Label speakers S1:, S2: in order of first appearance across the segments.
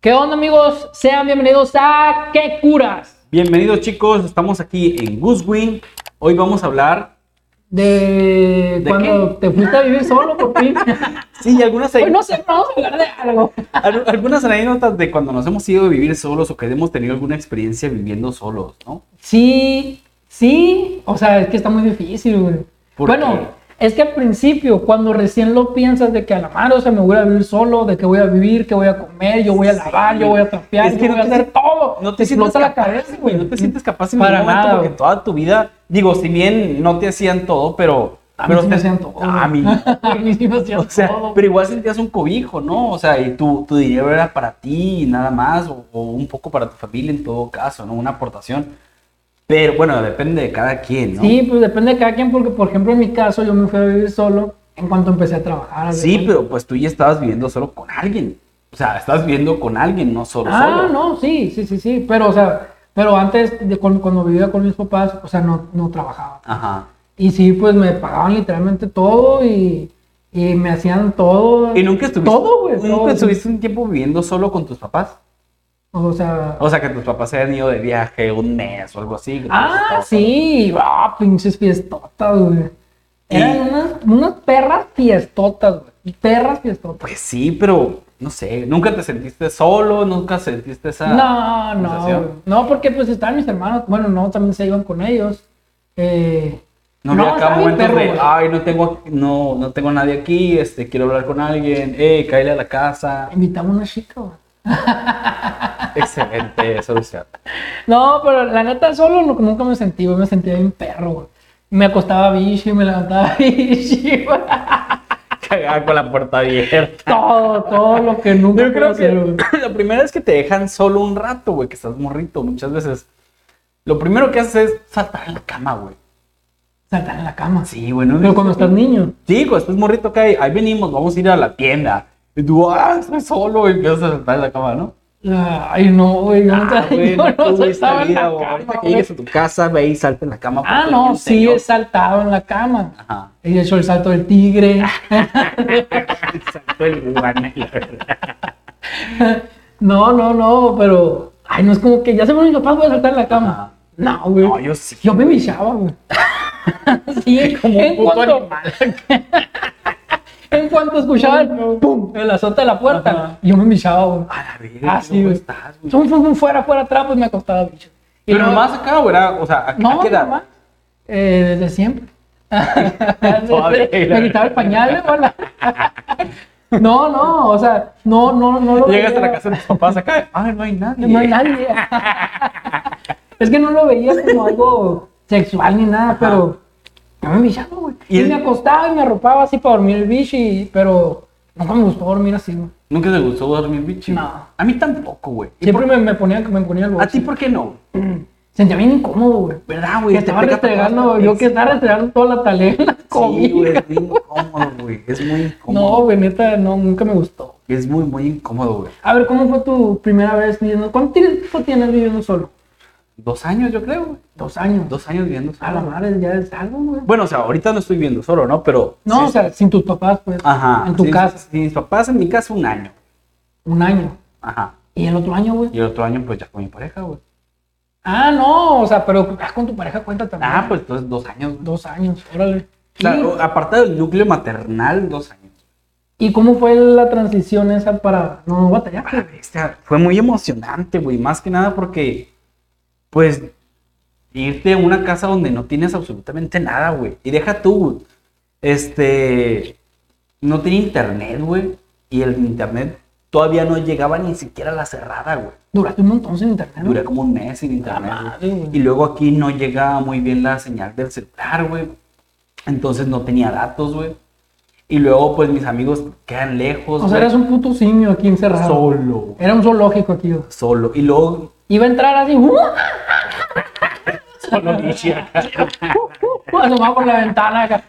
S1: ¿Qué onda amigos? Sean bienvenidos a ¿Qué curas?
S2: Bienvenidos chicos, estamos aquí en Goosewing. Hoy vamos a hablar,
S1: De,
S2: ¿De
S1: cuando te fuiste a vivir solo por fin.
S2: sí, algunas,
S1: Pues no sé, vamos a hablar de algo.
S2: al- algunas anécdotas de cuando nos hemos ido a vivir solos o que hemos tenido alguna experiencia viviendo solos, ¿no?
S1: Sí, sí. O sea, es que está muy difícil, güey.
S2: ¿Por
S1: Bueno, es que al principio, cuando recién lo piensas de que a la madre, o sea, me voy a vivir solo, de que voy a vivir, que voy a comer, yo voy a lavar, yo voy a trapear,
S2: Es que
S1: yo
S2: no
S1: voy a
S2: te
S1: hacer
S2: sien-
S1: todo.
S2: No te sientes
S1: explota la
S2: capaz,
S1: cabeza,
S2: güey, no te sientes capaz en
S1: Para
S2: ningún momento
S1: nada,
S2: porque
S1: güey.
S2: toda tu vida, digo, si bien no te hacían todo, pero...
S1: A mí
S2: pero
S1: sí
S2: te-
S1: me hacían todo.
S2: A mí.
S1: A mí sí me hacían
S2: O sea,
S1: todo.
S2: pero igual sentías un cobijo, ¿no? O sea, y tu, tu dinero era para ti y nada más, o, o un poco para tu familia en todo caso, ¿no? Una aportación. Pero bueno, depende de cada quien, ¿no?
S1: Sí, pues depende de cada quien, porque por ejemplo en mi caso yo me fui a vivir solo en cuanto empecé a trabajar. haz de
S2: Sí,
S1: cuenta.
S2: pero pues tú ya estabas viviendo solo con alguien. O sea, estás viviendo con alguien, no solo
S1: Ah,
S2: solo.
S1: no, sí, sí, sí, sí, pero o sea, pero antes de cuando, cuando vivía con mis papás, o sea, no, no trabajaba.
S2: Ajá.
S1: Y sí, pues me pagaban literalmente todo y, y me hacían todo.
S2: ¿Y nunca estuviste,
S1: Todo, güey.
S2: ¿Nunca
S1: todo, sí.
S2: estuviste un tiempo viviendo solo con tus papás?
S1: O sea.
S2: O sea, que tus papás se hayan ido de viaje un mes o algo así. que tú hayas
S1: Ah,
S2: estado
S1: sí, ah, pinches fiestotas, güey.
S2: Y-
S1: Eran unas, unas perras fiestotas, güey. Perras fiestotas.
S2: Pues sí, pero no sé, nunca te sentiste solo, nunca sentiste esa...
S1: No, no,
S2: sensación.
S1: güey. no, porque pues estaban mis hermanos, bueno, no, también se iban con ellos. Eh,
S2: No, no
S1: estaba
S2: acá
S1: bien
S2: momentos
S1: perro,
S2: de, ah.
S1: güey.
S2: ay, no tengo, no, no tengo a nadie aquí, este, quiero hablar con alguien, hey, cállale a la casa.
S1: Invitamos a una chica, güey.
S2: Excelente solución.
S1: No, pero la neta solo no- nunca me sentí, güey, me sentía bien perro, güey. Me acostaba bichi, me levantaba bichi, güey.
S2: Cagada con la puerta abierta.
S1: Todo, todo lo que nunca
S2: Yo
S1: pude
S2: creo
S1: hacer, güey.
S2: que la primera vez que te dejan solo un rato, güey, que estás morrito, muchas veces, lo primero que haces es saltar en la cama, güey.
S1: Saltar en la cama.
S2: Sí, güey, no
S1: Pero cuando estás niño.
S2: Sí, cuando estás morrito, ok, ahí venimos, vamos a ir a la tienda. Y tú, ah, estoy solo, y empiezas a saltar en la cama, ¿no?
S1: Ay, no, güey, yo no,
S2: Ah,
S1: sal-
S2: güey,
S1: yo no
S2: tuve esta
S1: saltaba en la
S2: vida, güey.
S1: cama,
S2: Ahorita que
S1: güey.
S2: llegues a tu casa, ve y salta en la cama.
S1: Ah,
S2: porque
S1: no,
S2: yo
S1: sí,
S2: sé,
S1: he saltado en la cama.
S2: Ajá.
S1: He hecho el salto del tigre.
S2: Saltó el guano, la verdad.
S1: No, no, no, pero. Ay, no es como que ya se mis papás, voy a saltar en la cama.
S2: Ajá.
S1: No, güey.
S2: No, yo sí.
S1: Yo me bichaba, güey. sí,
S2: Como un
S1: en
S2: puto
S1: cuanto-
S2: animal.
S1: En cuanto escuchaba el pum, el azote de la puerta,
S2: Ajá.
S1: yo me bichaba, güey.
S2: A la verga,
S1: Ah, sí,
S2: ¿cómo
S1: güey.
S2: estás, güey?
S1: Son fum, fum, fuera, fuera, atrás, pues me acostaba, bicho. Y
S2: Pero
S1: luego-
S2: nomás acá, güey, era- o sea, ¿a,
S1: No,
S2: a qué edad?
S1: nomás. Eh, desde siempre.
S2: Todavía.
S1: me quitaba el pañal, güey. la- No, no, o sea, no, no, no lo
S2: Llegas a la
S1: veía.
S2: casa de tus papás acá, ay, no hay nadie.
S1: No hay nadie. es que no lo veía como algo sexual ni nada, pero yo me bichaba, güey.
S2: Y
S1: Y,
S2: el-
S1: me acostaba y me arropaba así para dormir el bicho, y- pero nunca me gustó dormir así, güey.
S2: ¿Nunca te gustó dormir, bicho?
S1: No.
S2: A mí tampoco, güey. ¿Y
S1: Siempre me, me ponía, me ponía el
S2: por- ¿A ti por qué no?
S1: Sentía bien incómodo, güey.
S2: ¿Verdad,
S1: Que
S2: güey?
S1: estaba
S2: Te pega
S1: restregando,
S2: todas las
S1: yo que
S2: partes.
S1: estaba restregando toda la tarea en la
S2: Sí,
S1: comida.
S2: güey, es muy incómodo, güey. Es muy
S1: no,
S2: incómodo.
S1: güey, neta, no, nunca me gustó.
S2: Es muy, muy incómodo, güey.
S1: A ver, ¿cómo fue tu primera vez viviendo? ¿Cuánto tiempo tienes viviendo solo?
S2: Dos años, yo creo, güey.
S1: Dos años.
S2: Dos años viviendo
S1: A la
S2: solo.
S1: madre, ya es algo, güey.
S2: Bueno, o sea, ahorita no estoy viviendo solo, ¿no? Pero.
S1: No,
S2: sí,
S1: o sea, sin tus papás, pues.
S2: Ajá.
S1: En tu
S2: sí,
S1: casa.
S2: sí, mis papás en mi casa un año.
S1: Un año.
S2: Ajá.
S1: Y el otro año, güey.
S2: Y el otro año, pues ya con mi pareja, güey.
S1: Ah, no, o sea, pero ah, con tu pareja cuenta también.
S2: Ah, pues entonces dos años. güey.
S1: Dos años, órale.
S2: O sea,
S1: ¿Y,
S2: o- aparte del núcleo maternal, dos años.
S1: y cómo fue la transición esa para no batallar?
S2: A la bestia, fue muy emocionante, güey. Más que nada porque, pues, irte a una casa donde no tienes absolutamente nada, güey. Y deja tú, güey. este, no tiene internet, güey. Y el internet todavía no llegaba ni siquiera a la cerrada, güey.
S1: Duraste un montón sin internet. ¿no?
S2: Duré como un mes sin internet.
S1: La madre,
S2: güey.
S1: güey.
S2: Y luego aquí no llegaba muy bien la señal del celular, güey. Entonces no tenía datos, güey. Y luego, pues mis amigos quedan lejos.
S1: O sea,
S2: güey.
S1: eras un puto simio aquí encerrado.
S2: solo.
S1: Era un zoológico aquí, güey.
S2: Solo. Y luego.
S1: Iba a entrar así, ¡uh!
S2: Solo bichi acá.
S1: Asomado por la ventana acá.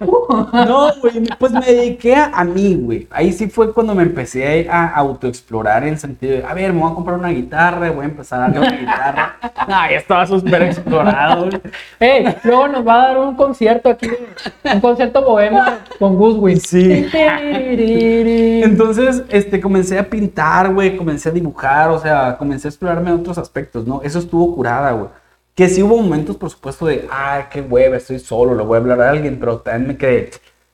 S2: No, güey, pues me dediqué a, a mí, güey. Ahí sí fue cuando me empecé a autoexplorar en el sentido de, a ver, me voy a comprar una guitarra, voy a empezar a darle una guitarra. No, ya estaba súper explorado, güey.
S1: Ey, luego nos va a dar un concierto aquí, un concierto bohemio con Goodwin.
S2: Sí.
S1: Mm.
S2: Entonces, este, comencé a pintar, güey, comencé a dibujar, o sea, comencé a explorarme en otros aspectos, ¿no? Eso estuvo curada, güey. Que sí hubo momentos, por supuesto, de, ah, qué hueva, estoy solo, lo voy a hablar a alguien, pero también me quedé,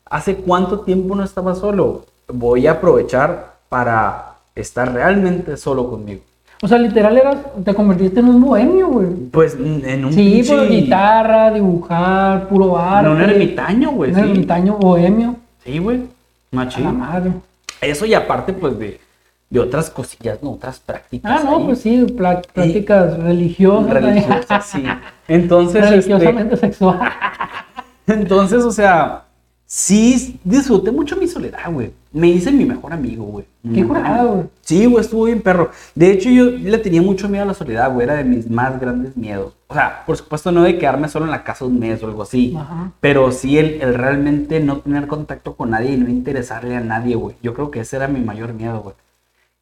S2: ¿hace cuánto tiempo no estaba solo? Voy a aprovechar para estar realmente solo conmigo.
S1: O sea, literal eras, te convertiste en un bohemio, güey.
S2: Pues mm, en un
S1: Sí, pues,
S2: pinche-
S1: por guitarra, dibujar, puro arte.
S2: En un ermitaño, güey.
S1: Un
S2: sí.
S1: ermitaño bohemio.
S2: Sí, güey.
S1: A la
S2: Machín.
S1: madre.
S2: Eso y aparte, pues, de, de otras cosillas, ¿no? Otras prácticas.
S1: Ah, no,
S2: ahí.
S1: pues sí, pla- prácticas religiosas. ¿eh?
S2: Religiosas, sí. Entonces, este,
S1: religiosamente sexual.
S2: Entonces, o sea, sí disfruté mucho mi soledad, güey. Me hice mi mejor amigo, güey.
S1: Qué
S2: Mm.
S1: curada, güey.
S2: Sí, güey, estuvo bien perro. De hecho, yo le tenía mucho miedo a la soledad, güey. Era de mis más grandes miedos. O sea, por supuesto, no de quedarme solo en la casa un mes o algo así.
S1: Ajá.
S2: Pero sí el, el realmente no tener contacto con nadie y no interesarle a nadie, güey. Yo creo que ese era mi mayor miedo, güey.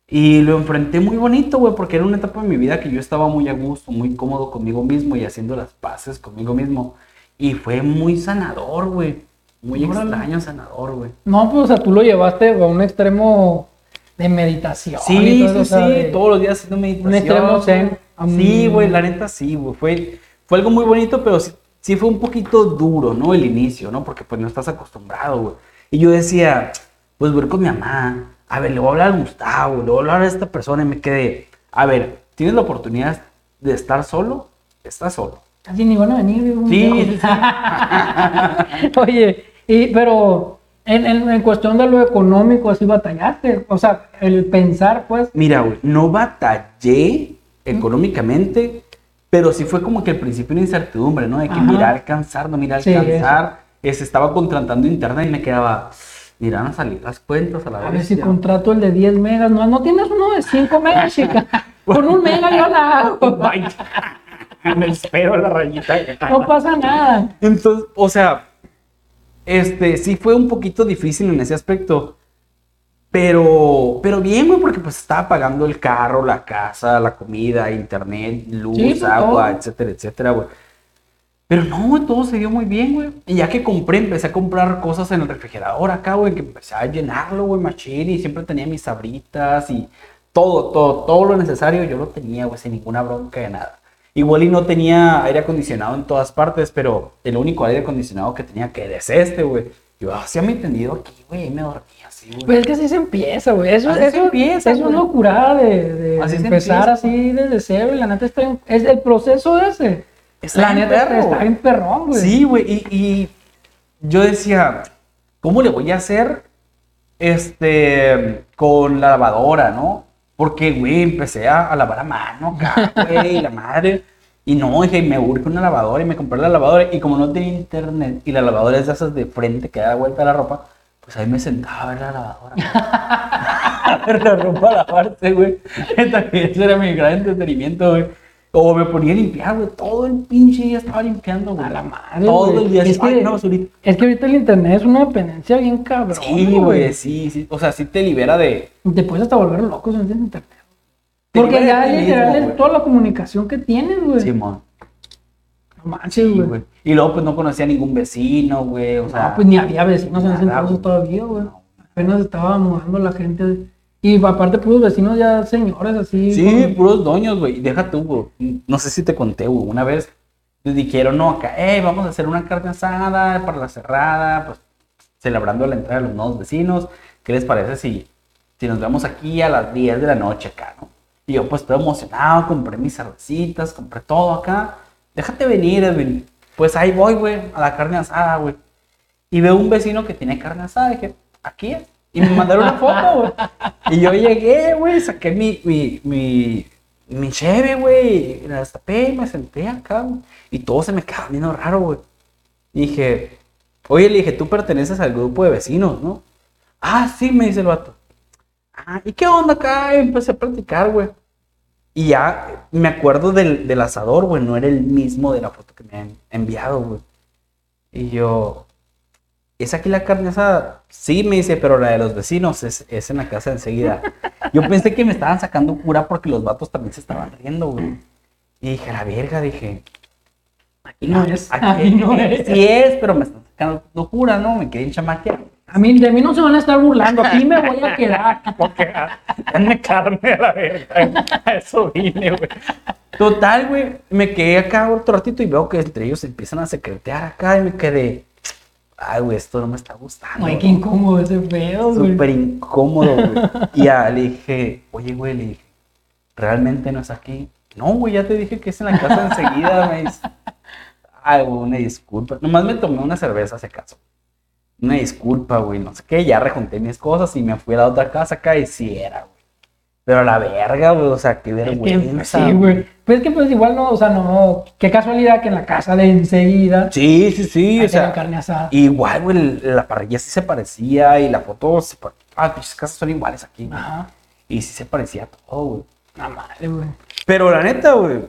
S2: Y lo enfrenté muy bonito, güey, porque era una etapa de mi vida que yo estaba muy a gusto, muy cómodo conmigo mismo y haciendo las paces conmigo mismo. Y fue muy sanador, güey. Muy
S1: Órale.
S2: extraño, sanador, güey.
S1: No, pues, o sea, tú lo llevaste a un extremo de meditación. y
S2: Sí,
S1: todo eso,
S2: sí,
S1: o sea,
S2: sí,
S1: de-
S2: todos los días haciendo meditación.
S1: extremo zen.
S2: güey. Sí,
S1: Mm.
S2: güey, la neta sí, güey. Fue, fue algo muy bonito, pero sí, sí fue un poquito duro, ¿no? El inicio, ¿no? Porque pues no estás acostumbrado, güey. Y yo decía, pues voy a ir con mi mamá. A ver, le voy a hablar a Gustavo, le voy a hablar a esta persona. Y me quedé, a ver, ¿tienes la oportunidad de estar solo? Estás solo.
S1: Casi ni van a venir. güey,
S2: Sí,
S1: lejos.
S2: sí,
S1: Oye, y, pero en, en- en cuestión de lo económico, así batallaste. O sea, el pensar, pues.
S2: Mira, güey, no batallé económicamente, pero sí fue como que al principio una incertidumbre, ¿no? De que
S1: Ajá.
S2: mira alcanzar, no mira
S1: Sí,
S2: alcanzar. Es, estaba contratando internet y me quedaba, irán a salir las cuentas a la
S1: A
S2: vez.
S1: ver si contrato el de 10 megas. No, no tienes uno de 5 megas, chica. Con un mega yo la hago.
S2: me espero la rayita.
S1: No pasa nada.
S2: Entonces, o sea, este sí fue un poquito difícil en ese aspecto. Pero, pero bien, güey, porque pues estaba pagando el carro, la casa, la comida, internet, luz,
S1: Sí, pues,
S2: agua,
S1: todo.
S2: etcétera, etcétera, güey. Pero no, güey, todo se dio muy bien, güey. Y ya que compré, empecé a comprar cosas en el refrigerador acá, güey, que empecé a llenarlo, güey, machín, y siempre tenía mis sabritas y todo, todo, todo lo necesario yo lo tenía, güey, sin ninguna bronca de nada. Igual y no tenía aire acondicionado en todas partes, pero el único aire acondicionado que tenía que era este, güey. Yo hacía mi tendido aquí, güey, y me dormía así, güey.
S1: Pues es que así se empieza, güey. Eso,
S2: Así se
S1: eso
S2: empieza,
S1: es
S2: güey.
S1: una locura de, de
S2: Así se
S1: empezar
S2: empieza.
S1: así desde cero. Y la neta está en- es el proceso ese.
S2: Está
S1: La
S2: bien
S1: neta
S2: perro,
S1: está
S2: güey.
S1: bien perrón, güey.
S2: Sí, güey, y, y yo decía, ¿cómo le voy a hacer este con la lavadora, no? Porque, güey, empecé a, a lavar a mano acá, güey, la madre. Y no, dije, me urge una lavadora y me compré la lavadora. Y como no tenía internet y la lavadora es de esas de frente que da vuelta a la ropa, pues ahí me sentaba a ver la lavadora. güey. a ver la ropa lavarse, güey. Neta, que Ese era mi gran entretenimiento, güey. O me ponía a limpiar, güey. Todo el pinche día estaba limpiando, güey.
S1: A la madre,
S2: Todo
S1: Ah, güey.
S2: el día.
S1: Es
S2: Ay,
S1: que-
S2: una basurita.
S1: Es que ahorita el internet es una dependencia bien cabrón.
S2: Sí, güey, sí, sí. O sea, sí te libera de.
S1: Te puedes hasta volver loco sin el internet.
S2: Te
S1: Porque
S2: libera
S1: ya
S2: de ti
S1: literal
S2: mismo,
S1: es
S2: güey.
S1: toda la comunicación que tienes, güey.
S2: Simón.
S1: no manches,
S2: Sí,
S1: güey.
S2: güey. Y luego, pues no conocía a ningún vecino, güey. O sea.
S1: No, pues ni había vecinos en ese
S2: nada,
S1: entonces
S2: güey.
S1: todavía, güey.
S2: No.
S1: Apenas estaba mudando la gente. Y aparte, puros vecinos ya señores así.
S2: Sí, pues.
S1: con-
S2: puros doños, güey. Y Deja tú, güey. No sé si te conté, güey. Una vez les dijeron, no, acá, eh, vamos a hacer una carne asada para la cerrada, pues celebrando la entrada de los nuevos vecinos. ¿Qué les parece si, si nos vemos aquí a las 10 de la noche acá, no? Y yo, pues, todo emocionado, compré mis cervecitas, compré todo acá. Déjate venir, Edwin. Pues ahí voy, güey, a la carne asada, güey. Y veo un vecino que tiene carne asada. Dije, aquí es. Y me mandaron una foto, güey. Y yo llegué, güey, saqué mi, mi, mi, mi cheve, güey. La destapé y me senté acá, güey. Y todo se me quedaba viendo raro, güey. Y Dije, oye, le dije, tú perteneces al grupo de vecinos, ¿no? Ah, sí, me dice el vato. Ah, ¿y qué onda acá? Y empecé a platicar, güey. Y ya me acuerdo del, del asador, güey. No era el mismo de la foto que me habían enviado, güey. Y yo, ¿es aquí la carne asada? Sí, me dice, pero la de los vecinos es, es en la casa enseguida. Yo pensé que me estaban sacando cura porque los vatos también se estaban riendo, güey. Y dije, la verga, dije. Aquí
S1: No es, aquí no es.
S2: Sí es, pero me están sacando cura, ¿no? Me quedé en chamaquear.
S1: A mí, de mí no se van a estar burlando, aquí me voy a quedar.
S3: Porque ah, denme carne a la verga. A eso vine, güey.
S2: Total, güey, me quedé acá otro ratito y veo que entre ellos empiezan a secretear acá y me quedé, ay, güey, esto no me está gustando.
S1: Ay, qué incómodo ese pedo, güey.
S2: Súper incómodo, güey. Y ya le dije, oye, güey, le dije, ¿realmente no es aquí? No, güey, ya te dije que es en la casa enseguida, me dice. Ay, güey, una disculpa. Nomás me tomé una cerveza, hace caso. Una disculpa, güey, no sé qué. Ya rejunté mis cosas y me fui a la otra casa acá y sí era, güey. Pero a la verga, güey, o sea, qué
S1: Es que,
S2: vergüenza.
S1: sí, güey. Pues es que pues igual no, o sea, no, no, qué casualidad que en la casa de enseguida
S2: Sí, sí, sí.
S1: ahí
S2: O sea,
S1: tengan carne asada.
S2: igual, güey, el- la parrilla sí se parecía y la foto se pa- Ah, pinches casas son iguales aquí. güey.
S1: Ajá.
S2: Y sí se parecía todo, güey.
S1: La madre, güey.
S2: Pero la neta, güey.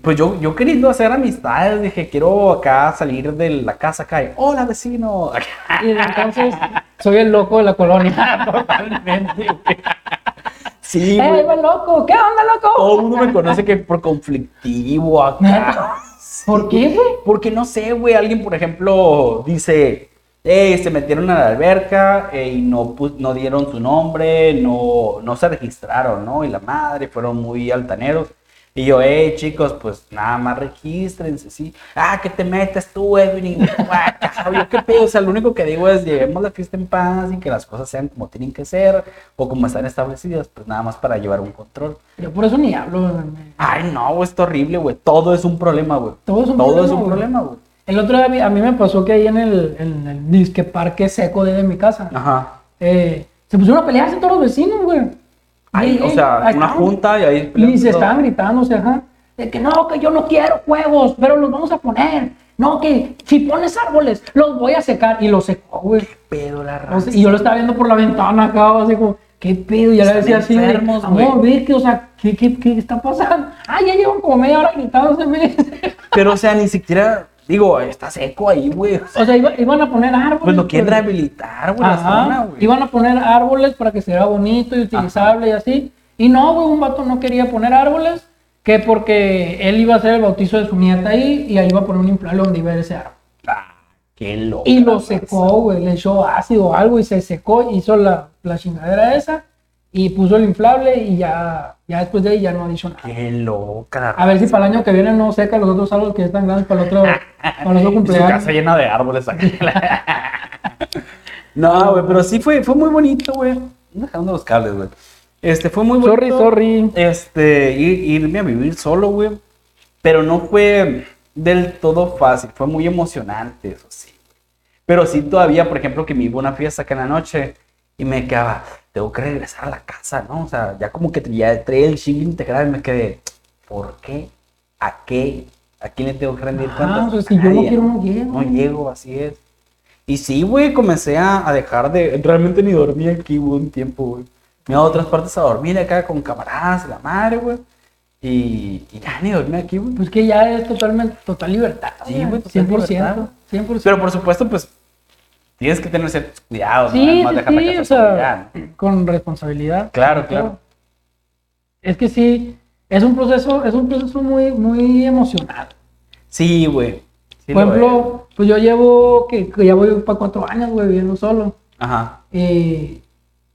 S2: Pues yo, yo queriendo hacer amistades, dije, quiero acá salir de la casa acá. y, Hola, vecino.
S1: Y entonces soy el loco de la colonia.
S3: Totalmente, güey.
S2: Sí,
S1: ¡Eh,
S2: güey.
S1: va loco! ¿Qué onda, loco?
S2: Todo el mundo me conoce que por conflictivo acá.
S1: ¿Por qué, güey?
S2: Porque no sé, güey, alguien, por ejemplo, dice, "Ey, se metieron a la alberca eh, y no, pu- no dieron su nombre, no, no se registraron, ¿no? Y la madre, fueron muy altaneros. Y yo, hey, chicos, pues nada más regístrense, sí. Ah, que te metes tú, Evelyn. Guaca, ah, Yo qué pedo, o sea, lo único que digo es llevemos la fiesta en paz y que las cosas sean como tienen que ser o como están establecidas, pues nada más para llevar un control.
S1: Yo por eso ni hablo. güey.
S2: Ay, no, güey, está horrible, güey. Todo es un problema, güey.
S1: Todo es un
S2: Todo
S1: problema,
S2: es un
S1: güey.
S2: problema, güey.
S1: El otro día a mí, a mí me pasó que ahí en el, en el disque parque seco de, de mi casa,
S2: Ajá.
S1: eh, se pusieron a pelearse todos los vecinos, güey.
S2: Ahí,
S1: Y-
S2: o
S1: y-
S2: sea,
S1: ahí
S2: una
S1: estaban.
S2: junta y ahí.
S1: Y se estaban gritando, o sea, ajá, de que no, que yo no quiero juegos, pero los vamos a poner. No, que si pones árboles, los voy a secar. Y los secó, güey.
S2: pedo la
S1: O sea, y yo lo estaba viendo por la ventana acá, así como, ¿qué pedo? Y ya le
S2: Están
S1: decía así, de,
S2: enfermos, güey.
S1: amor, ve que, o sea, ¿qué, qué, qué está pasando? Ah, ya llevan como media hora gritándose, mire.
S2: Pero, o sea, ni siquiera. Digo, está seco ahí, güey.
S1: O sea, iba- iban a poner árboles.
S2: Pues lo quieren
S1: pero-
S2: rehabilitar, güey, la
S1: Ajá,
S2: zona, güey.
S1: Iban a poner árboles para que se vea bonito y utilizable y así. Y no, güey, un vato no quería poner árboles, que porque él iba a hacer el bautizo de su nieta ahí y ahí iba a poner un inflable donde iba a ir ese árbol.
S2: Ah, qué loco.
S1: Y lo secó, güey, le echó ácido o algo y se secó, hizo la, la chingadera esa y puso el inflable y ya, ya después de ahí ya no ha dicho nada.
S2: Qué loca la
S1: A ver si para el año que viene no seca los otros árboles que ya están grandes para el otro, para el otro
S3: Su
S1: cumpleaños.
S3: casa llena de árboles aquí.
S2: No, güey, pero sí fue, fue muy bonito, güey. Dejando los cables, güey. Este, fue muy bonito.
S1: Sorry, sorry.
S2: Este, ir- irme a vivir solo, güey. Pero no fue del todo fácil, fue muy emocionante, eso sí. Pero sí todavía, por ejemplo, que me iba a una fiesta acá en la noche y me quedaba, tengo que regresar a la casa, ¿no? O sea, ya como que ya traía el chingo integral y me quedé, ¿por qué? ¿A qué? ¿A quién le tengo que rendir
S1: Ah,
S2: cuentas?
S1: o sea,
S2: A
S1: si yo no
S2: nadie,
S1: quiero, no llego.
S2: No llego, así es. Y sí, güey, comencé a, a dejar de. Realmente ni dormí aquí, güey, un tiempo, güey. Me iba a otras partes a dormir acá con camaradas, la madre, güey. Y, y ya ni dormí aquí, güey.
S1: Pues que ya es totalmente, total libertad.
S2: Sí,
S1: güey,
S2: güey, total
S1: 100%.
S2: libertad.
S1: 100%.
S2: Pero por supuesto, pues tienes que tener ciertos cuidados, ¿no?
S1: sí,
S2: Además,
S1: sí,
S2: dejar la
S1: sí,
S2: casa
S1: o sea,
S2: sola,
S1: con responsabilidad.
S2: Claro, claro.
S1: Es que sí, es un proceso, es un proceso muy, muy emocional.
S2: ¿no? Sí, güey. Sí
S1: Por
S2: lo es.
S1: ejemplo, pues yo llevo, que, que ya voy para cuatro años, güey, viviendo solo.
S2: Ajá.
S1: Eh,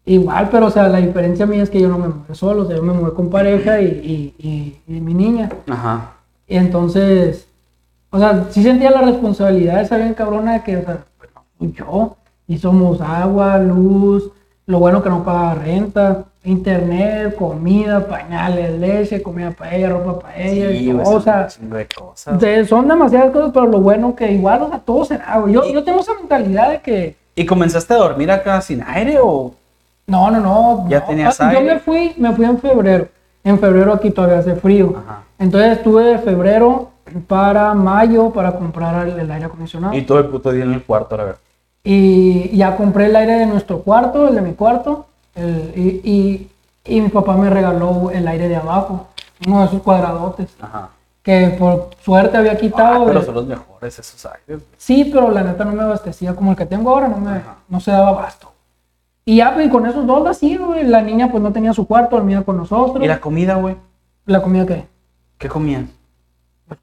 S1: igual, pero o sea, la diferencia mía es que yo no me muevo solo, o sea, yo me muevo con pareja y, y- y- y mi niña.
S2: Ajá.
S1: Y entonces, o sea, sí sentía la responsabilidad esa bien cabrona de que, o sea, pues, no fui yo, y somos agua, luz, lo bueno que no paga renta, internet, comida, pañales, leche, comida para ella, ropa para ella, y
S2: Sí,
S1: todo,
S2: güey.
S1: eh, o sea,
S2: es un chingo de cosas.
S1: de- son demasiadas cosas, pero lo bueno que igual, o sea, todo será, güey. Yo, yo tengo esa mentalidad de que,
S2: ¿Y comenzaste a dormir acá sin aire o
S1: no, no, no.
S2: Ya
S1: no.
S2: tenías
S1: Yo
S2: aire.
S1: me fui, me fui en febrero. En febrero aquí todavía hace frío.
S2: Ajá.
S1: Entonces estuve de febrero para mayo para comprar el, el aire acondicionado.
S2: y todo el puto día en el cuarto, la verdad?
S1: Y ya compré el aire de nuestro cuarto, el de mi cuarto, el- y, y- y mi papá me regaló el aire de abajo, uno de esos cuadradotes.
S2: Ajá.
S1: que por suerte había
S2: Ah,
S1: quitado.
S2: pero
S1: de-
S2: son los mejores esos aires. güey.
S1: Sí, pero la neta no me abastecía como el que tengo ahora, no, me,
S2: Ajá.
S1: no se daba abasto. Y ya, pues, con esos dos así, güey, la niña pues no tenía su cuarto, dormía con nosotros.
S2: ¿Y la comida, güey?
S1: ¿La comida qué?
S2: ¿Qué comían? Ah,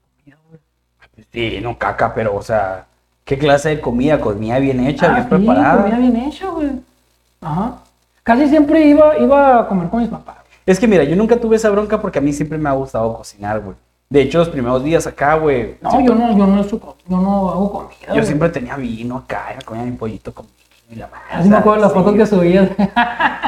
S2: pues Sí, no caca, pero, o sea, ¿qué clase de comida? Comida bien hecha,
S1: Ah,
S2: bien
S1: sí,
S2: preparada.
S1: comida bien hecha, güey. Ajá. Casi siempre iba, iba a comer con mis papás.
S2: Es que mira, yo nunca tuve esa bronca porque a mí siempre me ha gustado cocinar, güey. De hecho, los primeros días acá, güey.
S1: No,
S2: siempre-
S1: yo no, yo no, suco- yo no hago comida.
S2: yo
S1: güey.
S2: siempre tenía vino acá, me comía mi pollito con y la madre.
S1: Así me acuerdo de las fotos que subías.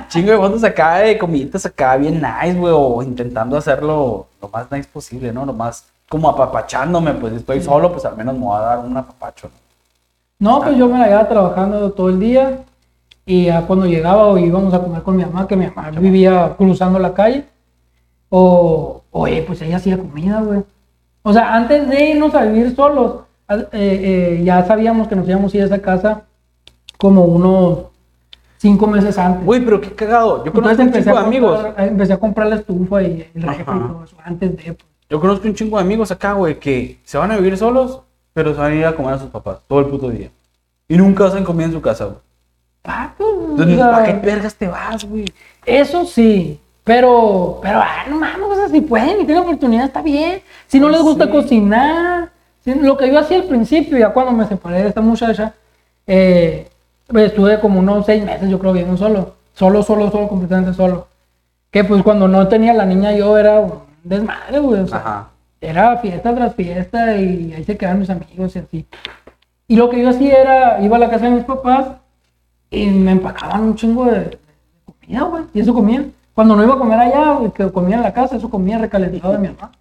S2: Chingo de fotos acá, de comiditas acá, bien nice, güey, o intentando hacerlo lo más nice posible, ¿no? Lo más como apapachándome, pues si estoy solo, pues al menos me voy a dar un apapacho. ¿no?
S1: No, pues yo me la llevaba trabajando todo el día y ya cuando llegaba o íbamos a comer con mi mamá, que mi mamá vivía cruzando la calle, o, oye, pues ella hacía comida, güey. O sea, antes de irnos a vivir solos, al- eh, eh, ya sabíamos que nos íbamos a ir a esa casa como unos cinco meses antes.
S2: Güey, pero qué cagado. Yo conozco
S1: Entonces
S2: un
S1: empecé
S2: chingo
S1: a,
S2: de amigos.
S1: comprar, eh, empecé a comprar la estufa y el refri
S2: Ajá.
S1: y todo eso antes de... pues.
S2: Yo conozco un chingo de amigos acá, güey, que se van a vivir solos, pero se van a ir a comer a sus papás todo el puto día. Y nunca hacen comida en su casa, güey.
S1: Ah, pues, o
S2: Entonces,
S1: sea,
S2: ¿para qué vergas te vas, güey?
S1: Eso sí, pero, pero, ah, no mames, o sea, si pueden y tienen oportunidad, está bien. Si no les gusta cocinar, si- lo que yo hacía al principio, ya cuando me separé de esta muchacha, eh, pues, estuve como unos seis meses, yo creo, viviendo solo, solo, solo, solo, completamente solo. Que pues cuando no tenía la niña yo era un desmadre, güey, o sea,
S2: Ajá.
S1: era fiesta tras fiesta y ahí se quedaban mis amigos y así. Y lo que yo hacía era, iba a la casa de mis papás y me empacaban un chingo de, de comida, güey, y eso comía. Cuando no iba a comer allá, güey, que comía en la casa, eso comía recalentado de mi mamá.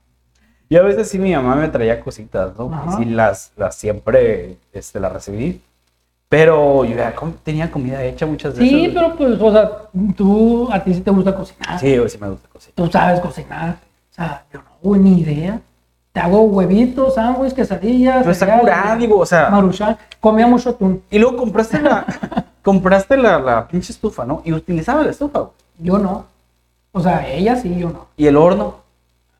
S2: Y a veces sí mi mamá me traía cositas, ¿no?
S1: Ajá.
S2: Y sí las, las siempre este, las recibí. Pero yo ya com- tenía comida hecha muchas veces.
S1: Sí,
S2: güey.
S1: pero pues, o sea, tú, a ti sí te gusta cocinar,
S2: Sí, güey, sí me gusta cocinar.
S1: tú sabes cocinar, o sea, yo no, güey, ni idea. Te hago huevitos, sándwiches, quesadillas.
S2: Pero está
S1: cereal,
S2: curada, digo, o sea.
S1: Maruchan, comía mucho atún.
S2: Y luego compraste la, compraste la, la pinche estufa, ¿no? Y utilizaba la estufa, güey.
S1: Yo no. O sea, ella sí, yo no.
S2: Y el horno.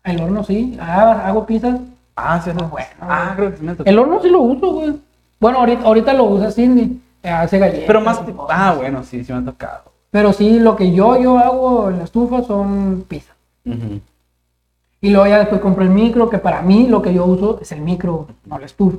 S1: El horno sí, ah, hago pizzas.
S2: Ah, sí, no,
S1: bueno,
S2: Ah, creo que sí me tocó.
S1: El horno sí lo uso, güey. Bueno, ahorita, ahorita lo usa Cindy, eh, hace galletas.
S2: Pero más
S1: y
S2: tipo,
S1: cosas.
S2: ah, bueno, sí, sí me ha tocado.
S1: Pero sí, lo que yo, yo hago en la estufa son pizzas.
S2: Ujú.
S1: Y luego ya después compré el micro, que para mí lo que yo uso es el micro, no la estufa.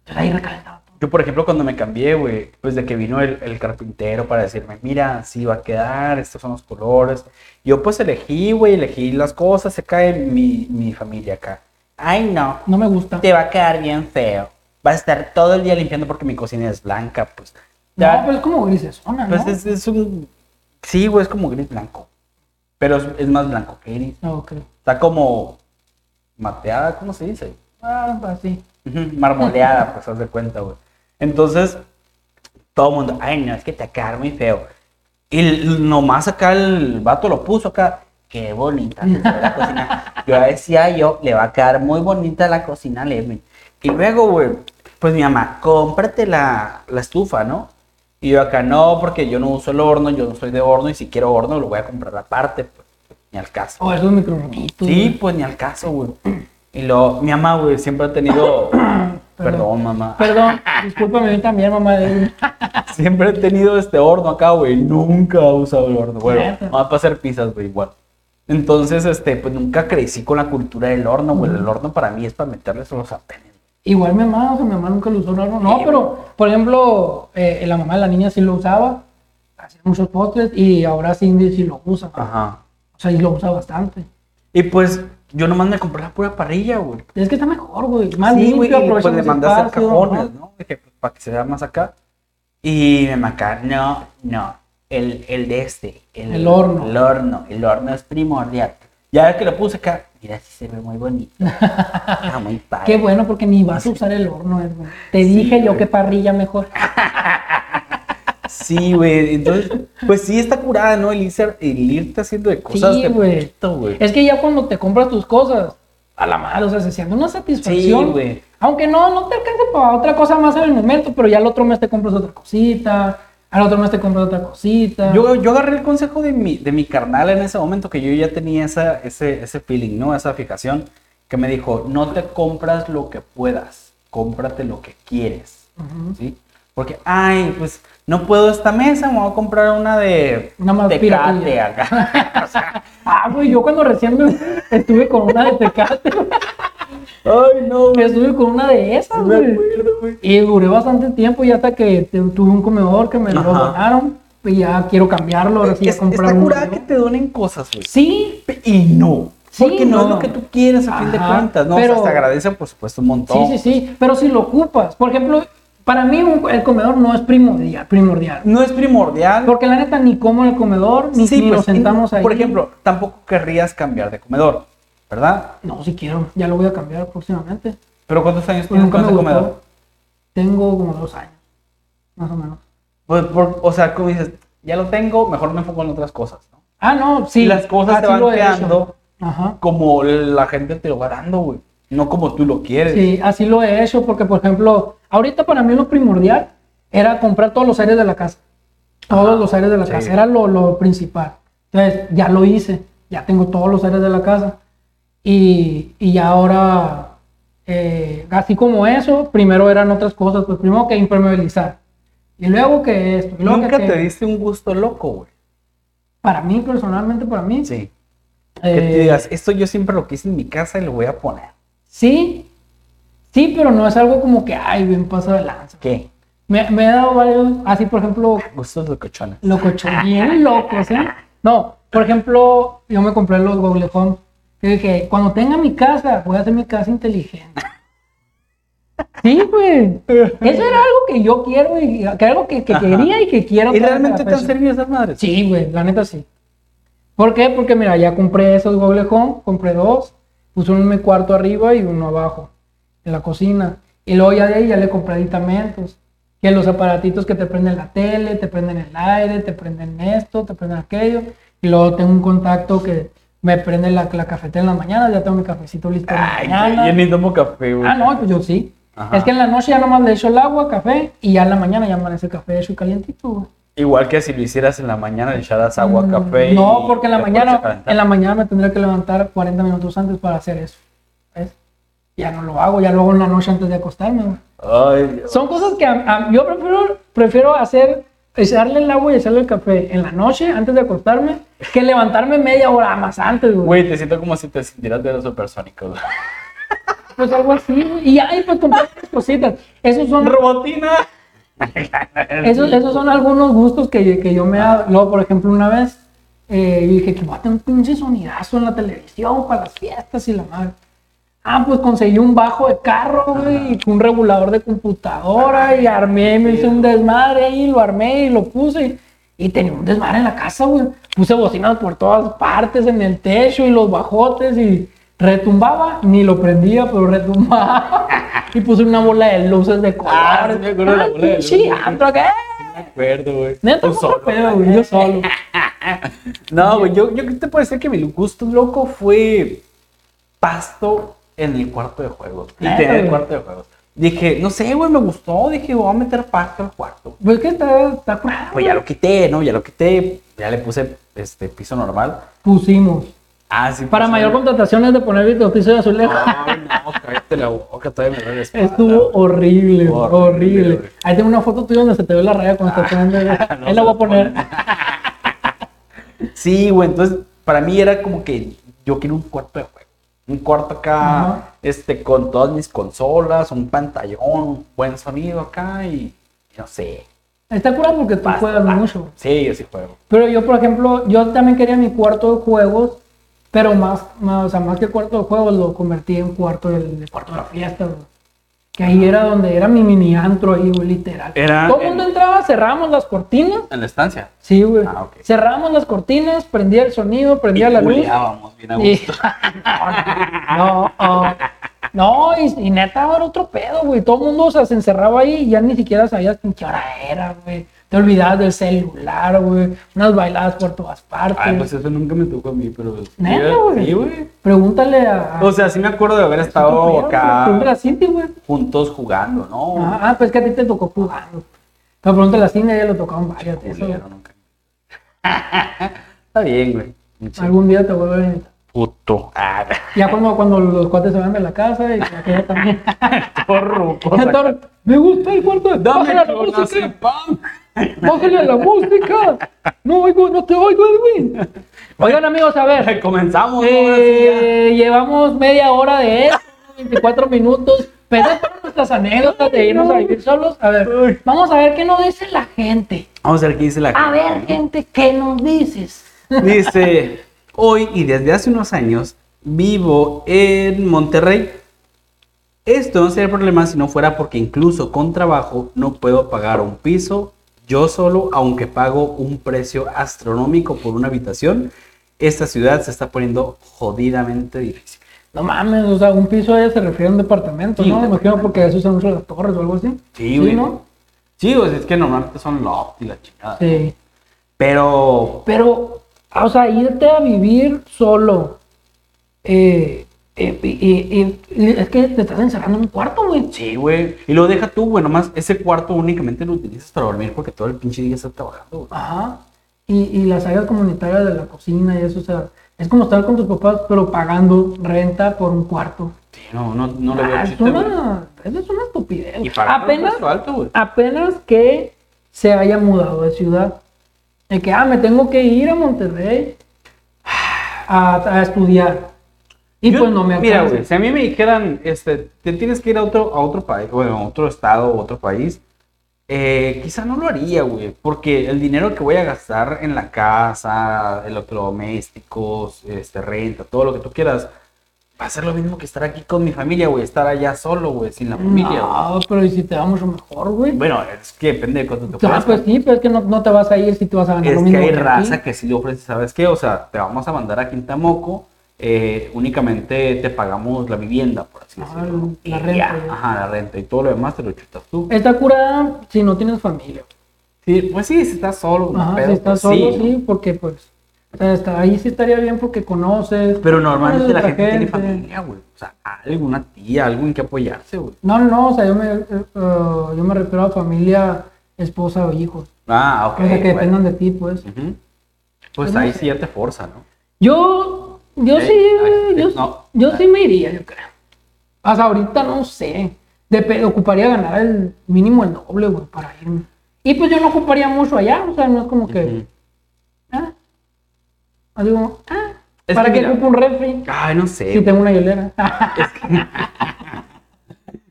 S1: Entonces ahí recalentaba todo.
S2: Yo, por ejemplo, cuando me cambié, güey, pues de que vino el, el carpintero para decirme, mira, así va a quedar, estos son los colores. Yo pues elegí, güey, elegí las cosas, se cae mi, mi familia acá. Ay, no,
S1: No me gusta.
S2: te va a quedar bien feo. Va a estar todo el día limpiando porque mi cocina es blanca, pues.
S1: No,
S2: Ya,
S1: pero es como grisesona, ¿no?
S2: pues es, es un... Sí, güey, es como gris blanco. Pero es, es más blanco que gris.
S1: No, ok.
S2: Está como mateada, ¿cómo se dice?
S1: Ah, así.
S2: Ujú, marmoleada, pues haz de cuenta, güey. Entonces, todo el mundo, ay, no, es que te acá muy feo. Y l- nomás acá el vato lo puso acá, qué bonita te quedó la cocina. Yo decía yo, le va a quedar muy bonita la cocina, Lemmy. Y luego, güey, pues mi mamá, cómprate la, la estufa, ¿no? Y yo acá, no, porque yo no uso el horno, yo no soy de horno, y si quiero horno, lo voy a comprar aparte, pues, ni al caso.
S1: O esos microornitos.
S2: Sí, pues ni al caso, güey. Y luego, mi mamá, güey, siempre ha tenido. Perdón, mamá.
S1: Perdón, discúlpame a mí también, mamá. de-
S2: Siempre he tenido este horno acá, güey. Nunca he usado el horno. Bueno,
S1: Neta.
S2: va para hacer pizzas, güey, igual. Entonces, este, pues nunca crecí con la cultura del horno, güey. El horno para mí es para meterles los sartenes.
S1: Igual mi mamá, o sea, mi mamá nunca lo usó, no, no, no, pero por ejemplo, eh, la mamá de la niña sí lo usaba, hacía muchos postres y ahora Cindy sí lo usa,
S2: Ajá.
S1: o sea, y lo usa bastante.
S2: Y pues, yo nomás me compré la pura parrilla, güey.
S1: Es que está mejor, güey, más
S2: sí, güey,
S1: limpio,
S2: y
S1: aprovecha
S2: pues le
S1: más
S2: mandé a hacer
S1: espacio,
S2: cajones,
S1: ¿no?
S2: ¿no? Dije, pues, para que se vea más acá. Y me marca, no, no, el, el de este, el,
S1: El horno.
S2: El horno, el horno es primordial. Ya que lo puse acá, mira, sí se ve muy bonito. Está muy padre.
S1: Qué bueno, porque ni vas a usar el horno, Edwin. Te
S2: Sí,
S1: dije yo
S2: güey.
S1: que parrilla mejor.
S2: Sí, güey, entonces, pues sí está curada, ¿no? El, irse- el irte haciendo de cosas
S1: Sí,
S2: de
S1: güey.
S2: poquito, güey.
S1: Es que ya cuando te compras tus cosas, a la madre, o sea, se siente una satisfacción.
S2: Sí, güey.
S1: Aunque no, no te alcanza para otra cosa más en el momento, pero ya al otro mes te compras otra cosita, al otro mes te compras otra cosita.
S2: Yo, yo agarré el consejo de mi, de mi carnal en ese momento que yo ya tenía esa, ese, ese feeling, ¿no? Esa fijación. que me dijo, no te compras lo que puedas, cómprate lo que quieres,
S1: Ujú.
S2: ¿sí? Porque, ay, pues no puedo esta mesa, me voy a comprar una de
S1: Una más
S2: tecate
S1: piratilla.
S2: acá.
S1: Ah, güey, yo cuando recién me estuve con una de Tecate,
S2: ay, no,
S1: me estuve con una de esas,
S2: me
S1: güey.
S2: acuerdo, güey.
S1: Y duré bastante tiempo y hasta que te- tuve un comedor que me lo
S2: Ajá.
S1: donaron y ya quiero cambiarlo, ahora sí ya
S2: Es-
S1: comprar
S2: está
S1: uno
S2: curada que
S1: nuevo.
S2: te donen cosas, güey.
S1: Sí,
S2: Y no.
S1: Sí,
S2: porque no, es
S1: no.
S2: lo que tú quieres a fin de
S1: Ajá,
S2: cuentas, ¿no?
S1: pero-
S2: O sea, se agradece, por supuesto, un montón.
S1: sí, sí, sí, pero si lo ocupas, por ejemplo, para mí un- el comedor no es primordial, primordial.
S2: No es primordial.
S1: Porque la neta ni como en el comedor, ni,
S2: Sí,
S1: ni nos
S2: pues,
S1: sentamos ahí.
S2: Por ejemplo, tampoco querrías cambiar de comedor, ¿verdad?
S1: No, si quiero, ya lo voy a cambiar próximamente.
S2: Pero ¿cuántos años tienes
S1: Pues Nunca
S2: con
S1: me
S2: ese
S1: gustó.
S2: comedor?
S1: Tengo como dos años, más o menos.
S2: Pues, por- o sea, como dices, ya lo tengo, mejor me enfoco en otras cosas, ¿no?
S1: Ah, no, sí.
S2: Y las cosas te
S1: así
S2: van
S1: lo he hecho.
S2: quedando.
S1: Ajá.
S2: Como la gente te lo va dando, güey. No como tú lo quieres.
S1: Sí, así lo he hecho porque, por ejemplo, ahorita para mí lo primordial era comprar todos los aires de la casa. Todos los aires de la
S2: sí.
S1: casa. Era lo, lo principal. Entonces, ya lo hice. Ya tengo todos los aires de la casa. Y, y ya ahora, eh, así como eso, primero eran otras cosas. Pues primero que impermeabilizar. Y luego que esto. Y luego que
S2: Nunca te
S1: aquello.
S2: diste un gusto loco, güey.
S1: Para mí, personalmente, para mí.
S2: Sí. Que
S1: eh,
S2: te digas, esto yo siempre lo quise en mi casa y lo voy a poner.
S1: sí. Sí, pero no es algo como que, ay, bien paso de lanza.
S2: ¿Qué?
S1: Me, me he dado varios, así por ejemplo,
S2: Gustos locochones.
S1: locochón, bien locos, ¿eh? No, por ejemplo, yo me compré los Google Home. Yo dije, cuando tenga mi casa, voy a hacer mi casa inteligente. Sí, güey. Eso era algo que yo quiero, y que algo que, que
S2: Ajá.
S1: quería y que quiero.
S2: ¿Y
S1: para
S2: realmente
S1: la
S2: te han
S1: fecha.
S2: servido esas madres?
S1: Pues Sí, güey, la neta sí. ¿Por qué? Porque mira, ya compré esos Google Home, compré dos, puse uno en mi cuarto arriba y uno abajo, en la cocina. Y luego ya de ahí ya le compré aditamentos, que los aparatitos que te prenden la tele, te prenden el aire, te prenden esto, te prenden aquello. Y luego tengo un contacto que me prende la, la cafetera en la mañana, ya tengo mi cafecito listo. en la
S2: Ay,
S1: mañana.
S2: yo ni tomo café, güey.
S1: Ah, no, pues yo sí.
S2: Ajá.
S1: Es que en la noche ya nomás le echo el agua, café, y ya en la mañana ya amanece el café hecho y calientito, güey.
S2: Igual que si lo hicieras en la mañana, le echaras agua,
S1: Mm,
S2: café.
S1: No,
S2: y
S1: porque en la
S2: después se
S1: mañana,
S2: calentara.
S1: en la mañana me tendría que levantar 40 minutos antes para hacer eso. ¿ves? Ya no lo hago, ya lo hago en la noche antes de acostarme. güey.
S2: Ay, Dios.
S1: Son cosas que a- a- yo prefiero, prefiero hacer, echarle el agua y echarle el café en la noche antes de acostarme, que levantarme media hora más antes, güey.
S2: Güey, te siento como si te sintieras de los supersónicos. güey.
S1: Pues algo así, güey. Y ahí pues compré otras cositas. Esos son,
S2: ¡Robotina!
S1: esos, esos son algunos gustos que, que yo me hago. Luego, por ejemplo, una vez eh, dije que voy a tener un pinche sonidazo en la televisión para las fiestas y la madre. Ah, pues conseguí un bajo de carro, güey, y un regulador de computadora, y armé, me hice un desmadre ahí, lo armé y lo puse. Y tenía un desmadre en la casa, güey. Puse bocinas por todas partes, en el techo y los bajotes, y retumbaba, ni lo prendía, pero retumbaba. y puse una bola de luces de colores. ah,
S2: Ah, sí me acuerdo de la bola de
S1: pinche
S2: luces.
S1: antro, ¿qué?
S2: Me acuerdo, güey.
S1: eh, Neta,
S2: Tú
S1: fue otro
S2: solo.
S1: pedo, güey, yo solo.
S2: No, güey, yo, yo te puedo decir que mi gusto loco fue pasto en el cuarto de juegos. Y
S1: Claro,
S2: tener el
S1: güey.
S2: cuarto de juegos. Dije, no sé, güey, me gustó. Dije, voy a meter pasto al cuarto.
S1: Pues que está, está curado,
S2: Pues ya lo quité, ¿no? Ya lo quité. Ya le puse este piso normal.
S1: Pusimos.
S2: Ah, sí.
S1: Para
S2: puse-
S1: mayor contratación es de poner vitropiso de azulejo.
S2: Ay, no, cállate la boca, todavía me duele la espalda,
S1: Estuvo
S2: güey.
S1: horrible,
S2: Horrible,
S1: horrible.
S2: güey. Ah,
S1: Ahí tengo una foto tuya donde se te ve la raya cuando estás poniendo.
S2: No
S1: Ahí
S2: se
S1: la voy
S2: la
S1: a poner.
S2: Sí, güey, entonces para mí era como que yo quiero un cuarto de juego. Un cuarto acá,
S1: Ajá.
S2: este, con todas mis consolas, un pantallón, un buen sonido acá y y no sé.
S1: Está curado porque tú
S2: Basta,
S1: juegas
S2: basta.
S1: mucho.
S2: Sí, yo sí juego.
S1: Pero yo, por ejemplo, yo también quería mi cuarto de juegos, pero más, más, o sea, más que cuarto de juegos lo convertí en cuarto del de cuarto de la fiesta, güey. Que ahí era donde era mi mini antro ahí, güey, literal.
S2: Era
S1: Todo
S2: el-
S1: el mundo entraba, cerramos las cortinas.
S2: En la estancia.
S1: Sí, güey.
S2: Ah, ok.
S1: Cerramos las cortinas, prendía el sonido,
S2: Y
S1: prendía la luz.
S2: culeábamos bien a
S1: Y-
S2: gusto.
S1: no, no, no, y, y neta era otro pedo, güey. Todo el mundo o sea, se encerraba ahí y ya ni siquiera sabías en qué hora era, güey. Te olvidabas del celular, güey. Unas bailadas por todas partes.
S2: Ay, pues eso nunca me tocó a mí, pero.
S1: neta, güey.
S2: Sí, güey. Pues, oh,
S1: Pregúntale a.
S2: O sea, sí me acuerdo de haber estado
S1: Pregúntale a
S2: acá
S1: Cinti, güey.
S2: juntos jugando, ¿no?
S1: Ah, ah, pues que a ti te tocó jugando. Pero pregúntale a Cinti, a ella lo tocaban varias.
S2: Culero,
S1: Eso,
S2: nunca. Está bien, güey.
S1: algún día te vuelvo a invitar.
S2: puto. Ah,
S1: Ya cuando, cuando los cuates se van de la casa y ya que ya también.
S3: Todo ruco.
S1: Ya todo, me gusta el cuarto.
S2: Dame
S1: Bájale a la música.
S2: clonazepam.
S1: Bájale a la música. No oigo, no te oigo, Edwin. Oigan, amigos, a ver.
S2: Comenzamos. ¿no? Ahora sí ya.
S1: Eh, llevamos media hora de esto, 24 minutos. Pero para nuestras anécdotas de irnos a vivir solos. A ver, vamos a ver qué nos dice la gente.
S2: Vamos a ver qué dice la
S1: A ver, gente, ¿qué nos dices?
S2: Dice, hoy y desde hace unos años vivo en Monterrey. Esto no sería problema si no fuera porque incluso con trabajo no puedo pagar un piso yo solo, aunque pago un precio astronómico por una habitación. Esta ciudad se está poniendo jodidamente difícil.
S1: No mames, o sea, un piso ella se refiere a un departamento,
S2: Sí,
S1: ¿no? Me
S2: un
S1: imagino porque eso usan mucho las torres o algo así.
S2: Sí, güey.
S1: ¿no?
S2: Sí, pues es que normalmente son loft y la chingada.
S1: Sí.
S2: Pero
S1: Pero, ah, o sea, irte a vivir solo. eh, eh, y- y- y- es que te estás encerrando en un cuarto, güey.
S2: Sí, güey. Y lo deja tú, güey. Nomás ese cuarto únicamente lo utilizas para dormir porque todo el pinche día estás trabajando, güey.
S1: Ajá. Y, y las áreas comunitarias de la cocina y eso, o sea, es como estar con tus papás, pero pagando renta por un cuarto.
S2: Sí, no, no, no le veo
S1: Ah, es,
S2: chiste, güey.
S1: una, eso es una estupidez.
S2: Y para
S1: Apenas,
S2: alto, güey.
S1: apenas que se haya mudado de ciudad. De que, ah, me tengo que ir a Monterrey a, a estudiar. Y
S2: Yo-
S1: pues no me
S2: Mira,
S1: alcanza.
S2: güey, si a mí me dijeran, este, te tienes que ir a otro, a otro país, bueno, a otro estado, a otro país, eh, quizá no lo haría, güey, porque el dinero que voy a gastar en la casa, electrodomésticos, este, renta, todo lo que tú quieras, va a ser lo mismo que estar aquí con mi familia, güey, estar allá solo, güey, sin la familia, güey.
S1: No, pero ¿y si te va mucho mejor, güey?
S2: Bueno, es que depende de cuánto te
S1: Ah,
S2: ofrezcan.
S1: pues sí, pero es que no, no te vas a ir si tú vas a ganar
S2: Es
S1: lo
S2: que
S1: mismo.
S2: hay
S1: aquí.
S2: raza que sí le ofrece, ¿sabes qué? O sea, te vamos a mandar a Quintamoco, eh, únicamente te pagamos la vivienda, por así
S1: Ah,
S2: decirlo.
S1: la
S2: Y
S1: renta,
S2: ya,
S1: ya.
S2: Ajá, la renta y todo lo demás te lo chutas tú.
S1: Está curada si no tienes familia.
S2: Sí, pues sí, si estás solo, no
S1: Ajá,
S2: pedo,
S1: si estás
S2: pues
S1: solo, sí,
S2: ¿no?
S1: porque pues o sea, hasta ahí sí estaría bien porque conoces.
S2: Pero
S1: conoces
S2: normalmente la
S1: otra
S2: gente, tiene familia, güey. O sea, alguna tía, algo en que apoyarse, güey.
S1: No, no, o sea, yo me, eh, eh, yo me refiero a familia, esposa o hijos.
S2: Ah, ok.
S1: o sea, que
S2: bueno.
S1: dependan de ti, pues.
S2: Ujú. Pues
S1: Pues no
S2: ahí
S1: sé.
S2: sí ya te forza, ¿no?
S1: Yo, yo
S2: Eh,
S1: sí,
S2: ay,
S1: yo,
S2: no.
S1: yo sí me iría, yo creo. Hasta ahorita no sé. Dep- ocuparía ganar el mínimo el doble, güey, para irme. Y pues yo no ocuparía mucho allá, o sea, no es como que.
S2: Ujú.
S1: Ah, Ah, digo, ah,
S2: Es
S1: ¿para qué
S2: que mira-
S1: ocupo un refri?
S2: Ay, no sé.
S1: Si tengo una hielera.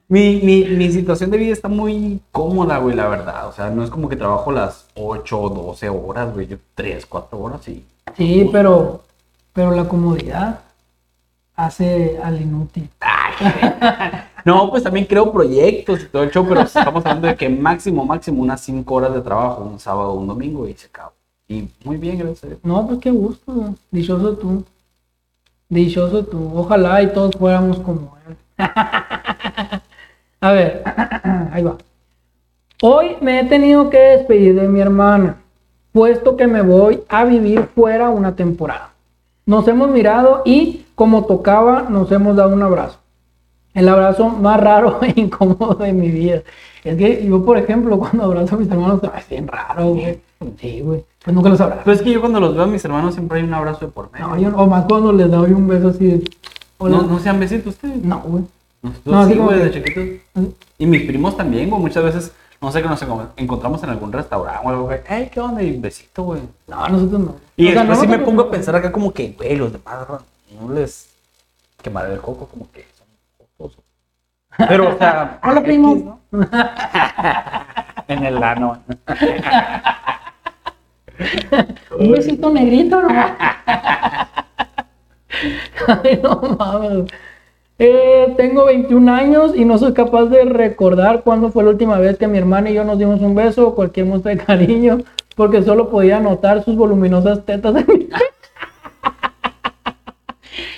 S2: Mi, mi, mi situación de vida está muy cómoda, güey, la verdad. O sea, no es como que trabajo las 8 o 12 horas, güey. Yo 3, 4 horas y...
S1: Sí, pero, pero la comodidad hace al inútil.
S2: No, pues también creo proyectos y todo el show, pero estamos hablando de que máximo, máximo unas 5 horas de trabajo, un sábado, un domingo y se acabó. Y muy bien, gracias a Dios.
S1: No, pues qué gusto, güey. dichoso tú. Dichoso tú. Ojalá y todos fuéramos como él. A ver, ahí va. Hoy me he tenido que despedir de mi hermana, puesto que me voy a vivir fuera una temporada. Nos hemos mirado y, como tocaba, nos hemos dado un abrazo. El abrazo más raro e incómodo de mi vida. Es que yo, por ejemplo, cuando abrazo a mis hermanos, se me hace bien raro, güey. Sí, güey. Pues nunca los abrazo.
S2: Pero es que yo cuando los veo a mis hermanos siempre hay un abrazo de por medio.
S1: No, yo no, o más cuando les doy un beso así de.
S2: No,
S1: Hola.
S2: no sean besitos ustedes.
S1: No, güey.
S2: Nosotros
S1: No,
S2: sí,
S1: digo
S2: güey,
S1: que-
S2: de chiquitos. Y mis primos también, güey. Muchas veces, no sé, que nos encon- encontramos en algún restaurante o algo, güey. Ey, ¿qué onda? Y un besito, güey.
S1: No, nosotros no.
S2: Y
S1: O sea,
S2: después
S1: no
S2: sí me
S1: nosotros-
S2: pongo a pensar acá como que, güey, los demás ra- no les quemar el coco, como que son jocosos. Pero, o sea,
S1: Hola,
S2: X,
S1: primo.
S2: ¿no?
S3: En el ano.
S1: Un besito negrito, ¿no? Ay, no mames. Eh, tengo 21 años y no soy capaz de recordar cuándo fue la última vez que mi hermana y yo nos dimos un beso o cualquier muestra de cariño, porque solo podía notar sus voluminosas tetas en mi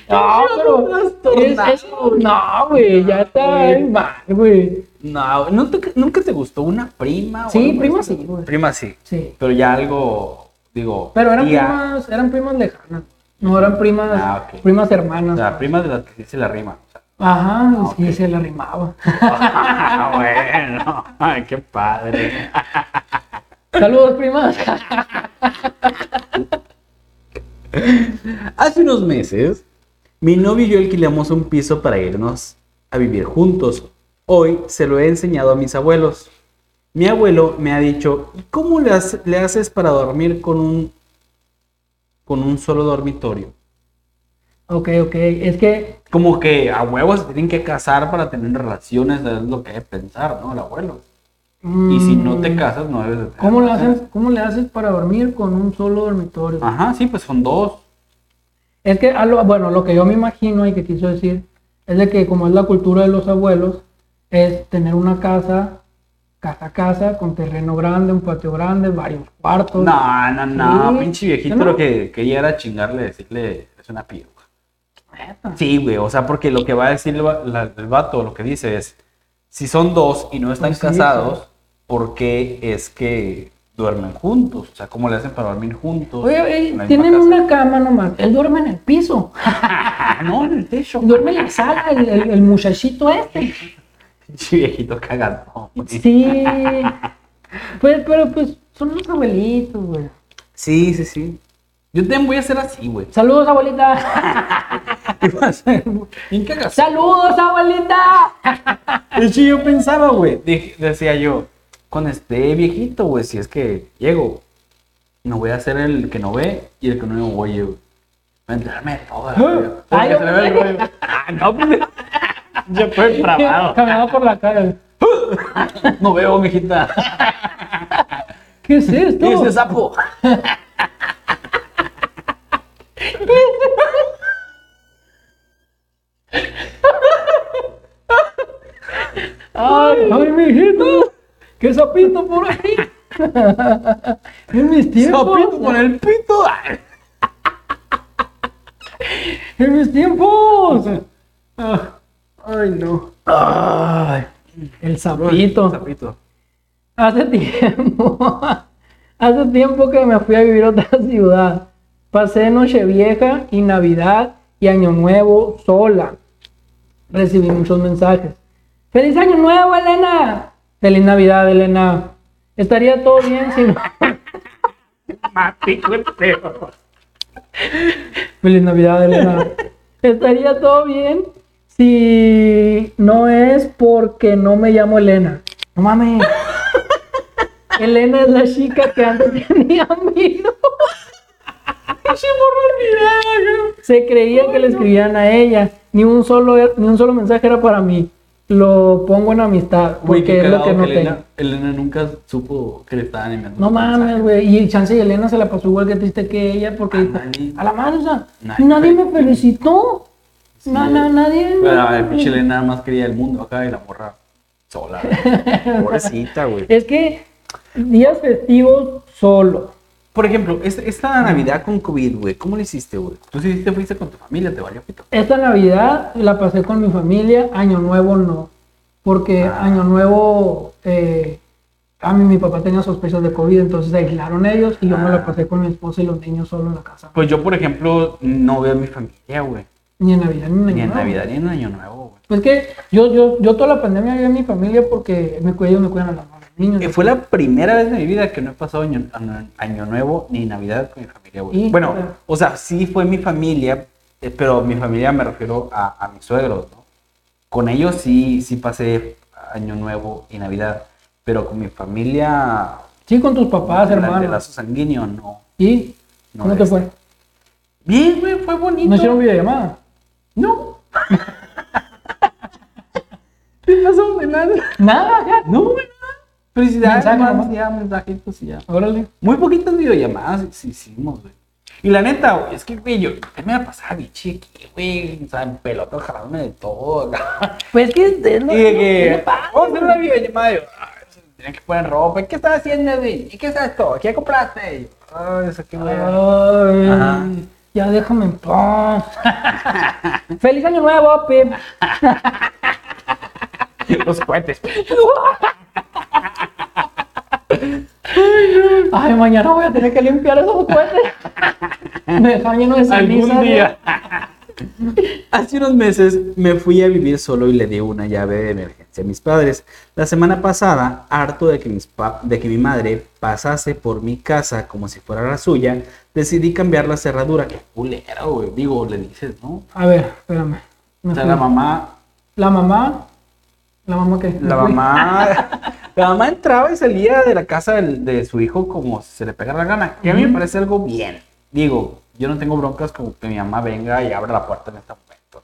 S1: No, pero es- es- no, güey, ya está
S2: Güey.
S1: ahí mal, güey.
S2: No, ¿no te- ¿nunca te gustó una prima? o
S1: Sí,
S2: algo por
S1: prima
S2: el
S1: sí,
S2: estilo?
S1: güey.
S2: Prima sí.
S1: Sí.
S2: Pero ya algo, digo.
S1: Pero eran
S2: tía,
S1: primas, eran primas lejanas. No eran primas,
S2: Ah, ok.
S1: primas
S2: O
S1: hermanas.
S2: sea, prima de las que dice la rima. o sea.
S1: Ajá,
S2: Ah,
S1: sí,
S2: ok.
S1: se la rimaba.
S2: Ah, bueno. Ay, qué padre.
S1: Saludos, primas.
S2: Hace unos meses Mi novio y yo alquilamos un piso para irnos a vivir juntos. Hoy se lo he enseñado a mis abuelos. Mi abuelo me ha dicho, "¿Y ¿cómo le, hace- le haces para dormir con un, con un solo dormitorio?
S1: Ok, ok. Es que,
S2: Como que a huevos se tienen que casar para tener relaciones, es lo que debe pensar, ¿no? El abuelo. Y si no te Ah.
S1: mm,
S2: casas, no debes de tener
S1: ¿Cómo le,
S2: relaciones.
S1: haces, ¿Cómo le haces para dormir con un solo dormitorio?
S2: Ajá, sí, pues son dos.
S1: Es que, a lo- bueno, lo que yo me imagino y que quiso decir es de que como es la cultura de los abuelos, es tener una casa, casa a casa, con terreno grande, un patio grande, varios cuartos.
S2: No, no, no,
S1: Sí,
S2: pinche viejito
S1: ¿no?
S2: lo que, que ella era chingarle, decirle, es una piruja. Sí, güey, o sea, porque lo que va a decir el, va- la- el vato, lo que dice es, si son dos y no están
S1: Pues sí,
S2: casados, ¿por qué es que duermen juntos? O sea, ¿cómo le hacen para dormir juntos?
S1: Oye,
S2: en
S1: oye,
S2: la misma
S1: tienen
S2: casa?
S1: una cama nomás, él duerme en el piso,
S2: Ah, no, en el techo.
S1: duerme en la sala, el, el- el muchachito este.
S2: Pinche viejito cagado. güey.
S1: Sí, pues, pero pues son los abuelitos, güey.
S2: Sí, sí, sí. Yo también voy a ser así, güey.
S1: Saludos, abuelita.
S2: Bien cagazón.
S1: Saludos, abuelita.
S2: De hecho, yo pensaba, güey. dije- Decía yo, con este viejito, güey, si es que llego, no voy a ser el que no ve y el que no oye, güey. Voy a enterarme de todo. güey.
S1: Ah, Ay,
S2: Porque se ve el
S1: hombre.
S2: rollo. Ah, no, pues,
S3: Ya fue trabado.
S1: Caminaba por la cara.
S2: no veo, mijita.
S1: ¿Qué es esto?
S2: ¿Qué es ese sapo?
S1: Ay, ay, mijito. ¿Qué sapito por ahí? en mis tiempos.
S2: Sapito con el pito. Ay.
S1: En mis tiempos. Ah. Ay, no.
S2: Ay.
S1: El sapito.
S2: Sapito.
S1: Hace tiempo. Hace tiempo que me fui a vivir a otra ciudad. Pasé Nochevieja y Navidad y Año Nuevo sola. Recibí muchos mensajes. ¡Feliz Año Nuevo, Elena! ¡Feliz Navidad, Elena! Estaría todo bien si no.
S3: Mati, güey, pero.
S1: Feliz Navidad, Elena. Estaría todo bien si no es porque no me llamo Elena. No mames. Elena es la chica que antes tenía amigos. Se creía que le escribían a ella. Ni un solo, ni un solo mensaje era para mí. Lo pongo en amistad
S2: Güey,
S1: porque
S2: qué
S1: es lo
S2: cagado
S1: que
S2: que
S1: no tengo.
S2: Elena, Elena nunca supo que le estaban enviando.
S1: No
S2: un
S1: mames,
S2: mensaje.
S1: güey. Y chance y Elena se la pasó igual que triste que ella porque dijo,
S2: Ándale.
S1: a la madre, o sea,
S2: Ah, Nadie
S1: nadie
S2: me-
S1: me felicitó. No, no, nadie.
S2: Pero a ver, pinche Elena nada más quería el mundo acá y la morra sola. güey. Pobrecita, güey.
S1: Es que días festivos solo.
S2: Por ejemplo, es- esta Navidad con COVID, güey, ¿cómo le hiciste, güey? Tú sí te fuiste con tu familia, te valió pito.
S1: Esta Navidad la pasé con mi familia, Año Nuevo no. Porque
S2: Ah.
S1: Año Nuevo, eh, a mí mi papá tenía sospechas de COVID, entonces se aislaron ellos y yo me la
S2: Ah.
S1: pasé con mi esposa y los niños solo en la casa.
S2: Pues yo, por ejemplo, no veo a mi familia, güey.
S1: Ni en Navidad, ni en,
S2: Ni
S1: Año
S2: en
S1: Nuevo.
S2: Navidad, ni en Año Nuevo, güey.
S1: Pues que yo, yo, yo toda la pandemia viví en mi familia porque me cuido, me cuidan a los niños.
S2: Eh, Fue la primera vez de mi vida que no he pasado año, año- año Nuevo ni Navidad con mi familia, güey.
S1: Híjole.
S2: Bueno, o sea, sí fue mi familia, eh, pero mi familia me refiero a, a mis suegros, ¿no? Con ellos sí, sí pasé Año Nuevo y Navidad, pero con mi familia...
S1: Sí, con tus papás,
S2: de la-
S1: hermano.
S2: De lazo sanguíneo, no.
S1: ¿Y
S2: No
S1: cómo te
S2: es.
S1: fue?
S2: Bien, güey, fue bonito.
S1: ¿No hicieron videollamada?
S2: No. ¿Qué pasó? De nada.
S1: Nada, ya.
S2: No, güey, nada. Felicidades,
S1: Mensaje
S2: nomás,
S1: nomás.
S2: ya, mensajitos y ya.
S1: Órale.
S2: Muy poquitas videollamadas sí hicimos, güey. Y la neta, güey, es que, güey, yo yo me la pasaba bien chiqui, güey. O sea, en pelota, jalándome de todo. acá.
S1: Pues que es
S2: Y de que, vamos a hacer una videollamada. y yo, ay, se tienen que poner ropa. ¿Qué estás haciendo, güey? ¿Y qué es esto? ¿Qué compraste? Y yo, ay, eso qué, güey.
S1: Ah.
S2: Ajá.
S1: Ya déjame en paz. ¡Feliz año nuevo, Pip!
S3: Los cohetes.
S1: Ay, mañana voy a tener que limpiar esos cohetes. Me dejan lleno de
S3: Algún
S1: ceniza.
S3: día.
S2: Hace unos meses me fui a vivir solo y le di una llave de emergencia a mis padres. La semana pasada, harto de que, mis pa- de que mi madre pasase por mi casa como si fuera la suya, decidí cambiar la cerradura. Qué culera, güey. Digo, le dices, ¿no?
S1: A ver, espérame. Me
S2: O sea,
S1: fui.
S2: la mamá,
S1: La mamá. ¿La mamá qué? Me
S2: la
S1: fui.
S2: mamá, la mamá entraba y salía de la casa del- de su hijo como si se le pegara la gana. Que a mí me parece algo bien. Digo, yo no tengo broncas como que mi mamá venga y abra la puerta en este momento.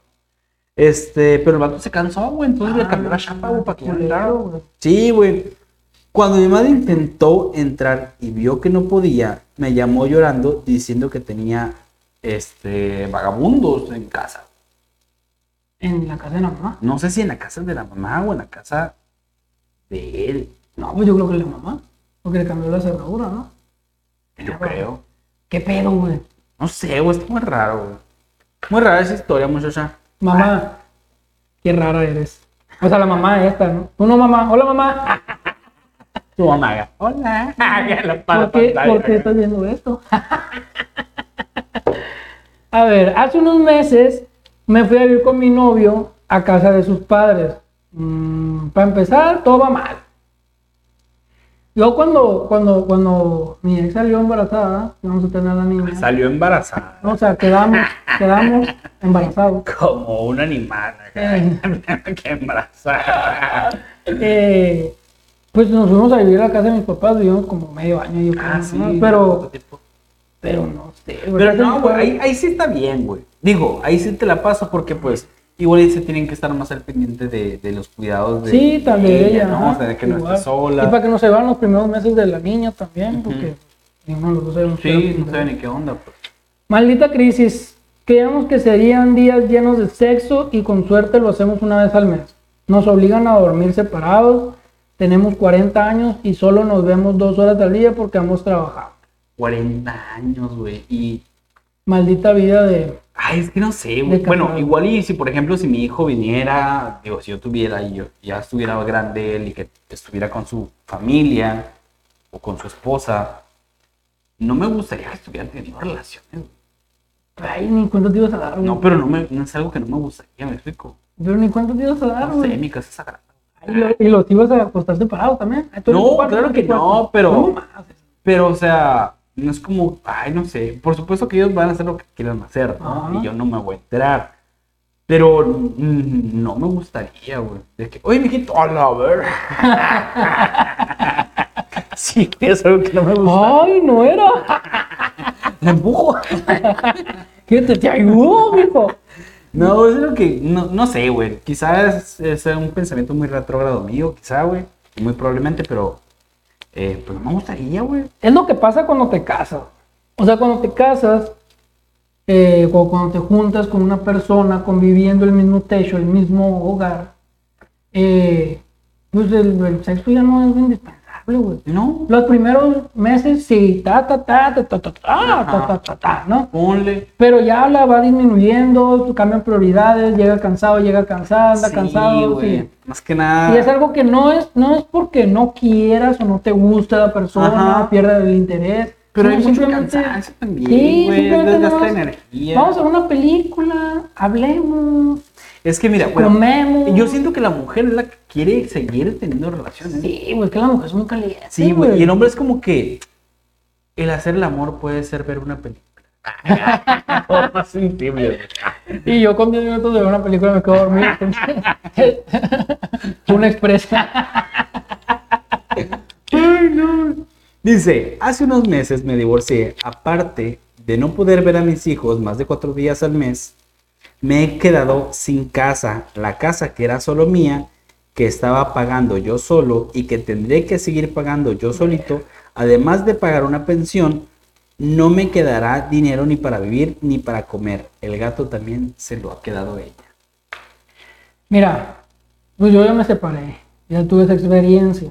S2: Este, pero el vato se cansó, güey, entonces le cambió la chapa, güey, para que ya no
S1: Ah, Culero,
S2: entrara.
S1: güey.
S2: Sí, güey. Cuando mi madre intentó entrar y vio que no podía, me llamó llorando diciendo que tenía este vagabundos en casa.
S1: En la casa de la mamá.
S2: No sé si en la casa de la mamá o en la casa de él.
S1: No, pues yo creo que la mamá. Porque le cambió la cerradura, ¿no? Ah,
S2: Yo creo.
S1: ¿Qué pedo, güey?
S2: No sé, güey, está muy raro, güey. Muy rara esa historia, muchacha.
S1: Mamá, qué rara eres. O sea, la mamá esta, ¿no? Tú no, mamá. Hola, mamá. Ah.
S2: Tu mamá. Hola. Ah,
S3: Hágalo para
S1: ¿Por qué,
S3: pantalla,
S1: por qué
S3: güey.
S1: estás viendo esto? a ver, hace unos meses me fui a vivir con mi novio a casa de sus padres. Mm, para empezar, todo va mal. Yo cuando, cuando, cuando mi ex salió embarazada, vamos a tener a la niña.
S2: Salió embarazada.
S1: O sea, quedamos, quedamos embarazados.
S2: Como un animal.
S1: Eh.
S2: que embarazada.
S1: Eh, pues nos fuimos a vivir a la casa de mis papás, vivimos como medio año, yo creo,
S2: Ah,
S1: ¿no?
S2: sí.
S1: pero, pero no sé. güey. Casa
S2: Pero
S1: de
S2: no,
S1: mis
S2: güey,
S1: padres-
S2: ahí, ahí sí está bien, güey. Digo, ahí sí te la paso porque, pues, igual ahí se tienen que estar más al pendiente de, de los cuidados de
S1: Sí, también
S2: de
S1: ella,
S2: ¿no?
S1: ajá,
S2: O sea, de que no
S1: igual.
S2: esté sola.
S1: Y para que no se van los primeros meses de la niña también, porque ninguno de los dos sabemos qué
S2: Sí,
S1: era.
S2: no sé ni qué onda, pues.
S1: Maldita crisis. Creíamos que serían días llenos de sexo y con suerte lo hacemos una vez al mes. Nos obligan a dormir separados, tenemos 40 años y solo nos vemos dos horas al día porque ambos trabajamos.
S2: 40 años, güey. Y,
S1: Maldita vida de...
S2: ay, es que no sé, güey.
S1: De
S2: Bueno,
S1: casado.
S2: igual y si, por ejemplo, si mi hijo viniera, digo, si yo tuviera y yo ya estuviera grande él y que estuviera con su familia o con su esposa, no me gustaría que estuvieran teniendo relaciones, güey.
S1: Ay, ni cuánto te ibas a dar, güey.
S2: No, pero no, me, no es algo que no me gustaría, me explico.
S1: Pero ni cuánto te ibas a dar,
S2: No sé,
S1: güey.
S2: mi casa es sagrada.
S1: Ay, lo- y los ibas a acostar separados también. Ay, tú eres
S2: No,
S1: tu cuarto,
S2: claro
S1: tu
S2: que
S1: cuarto.
S2: no, pero-
S1: No mames.
S2: Pero, o sea, no es como, ay, no sé. Por supuesto que ellos van a hacer lo que quieran hacer, ¿no?
S1: Ajá.
S2: Y yo no me voy a enterar. Pero mm, no me gustaría, güey. De que, oye, mijito, a la ver.
S3: Sí, es algo que no me gusta.
S1: Ay, no era.
S2: Le Oh, empujo.
S1: ¿Qué te, te ayudó, mijo?
S2: No, es lo que, no, no sé, güey. Quizás es un pensamiento muy retrógrado mío, quizá, güey. Muy probablemente, pero, eh, pues no me gustaría, güey.
S1: Es lo que pasa cuando te casas. O sea, cuando te casas, eh, o cuando te juntas con una persona conviviendo el mismo techo, el mismo hogar, eh, pues el, el sexo ya no es indispensable, güey.
S2: No,
S1: Los primeros meses sí, ta, ta, ta, ta, ta, ta, ta, ta, ta, ta, ta, ¿no?
S2: ponle.
S1: Pero ya la va disminuyendo, cambian prioridades, llega cansado, llega cansada, anda
S2: Sí,
S1: cansado.
S2: güey.
S1: sí.
S2: Más que nada.
S1: Y es algo que no es, no es porque no quieras o no te gusta la persona,
S2: Ajá.
S1: pierde el interés.
S2: Pero
S1: sino
S2: hay mucho
S1: simplemente-
S2: cansancio también,
S1: Sí,
S2: güey,
S1: simplemente
S2: desgasta
S1: nada más,
S2: energía.
S1: Vamos a una película, hablemos,
S2: Es que mira, bueno,
S1: comemos.
S2: yo siento que la mujer es la que quiere seguir teniendo relaciones.
S1: Sí, güey, que la mujer es muy caliente.
S2: Sí, güey. Y el hombre es como que el hacer el amor puede ser ver una película.
S3: Todo más sensible. güey.
S1: Y yo con 10 minutos de ver una película me quedo dormido. entonces, una expresa.
S2: Dice, hace unos meses me divorcié. Aparte de no poder ver a mis hijos más de cuatro días al mes, me he quedado sin casa. La casa que era solo mía, que estaba pagando yo solo y que tendré que seguir pagando yo solito, además de pagar una pensión, no me quedará dinero ni para vivir ni para comer. El gato también se lo ha quedado ella.
S1: Mira, pues yo ya me separé, ya tuve esa experiencia.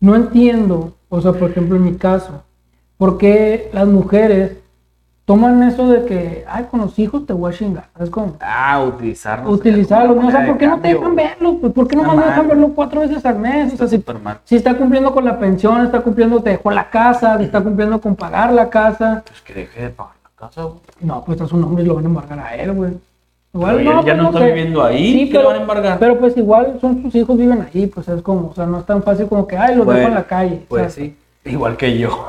S1: No entiendo, o sea, por ejemplo, en mi caso, por qué las mujeres toman eso de que, ay, con los hijos te voy a chingar. ¿Sabes cómo?
S2: Ah, utilizarlo.
S1: Utilizarlos, ¿no? O sea, ¿por qué no te dejan verlo? Pues, ¿por qué no
S2: Está
S1: más me dejan
S2: mal.
S1: verlo cuatro veces al mes? O sea, si,
S2: mal.
S1: si está cumpliendo con la pensión, está cumpliendo, te dejó la casa, te está cumpliendo con pagar la casa.
S2: Pues que deje de pagar la casa, güey.
S1: No, pues a su nombre y lo van a embargar a él, güey. Igual
S2: Pero ya- ya no
S1: pues,
S2: está viviendo ahí, ¿qué le van a embargar?
S1: Pero pues igual son sus hijos viven ahí, pues es como, o sea, no es tan fácil como que, ay, los dejo en la calle.
S2: Pues
S1: o sea,
S2: sí. Igual que yo.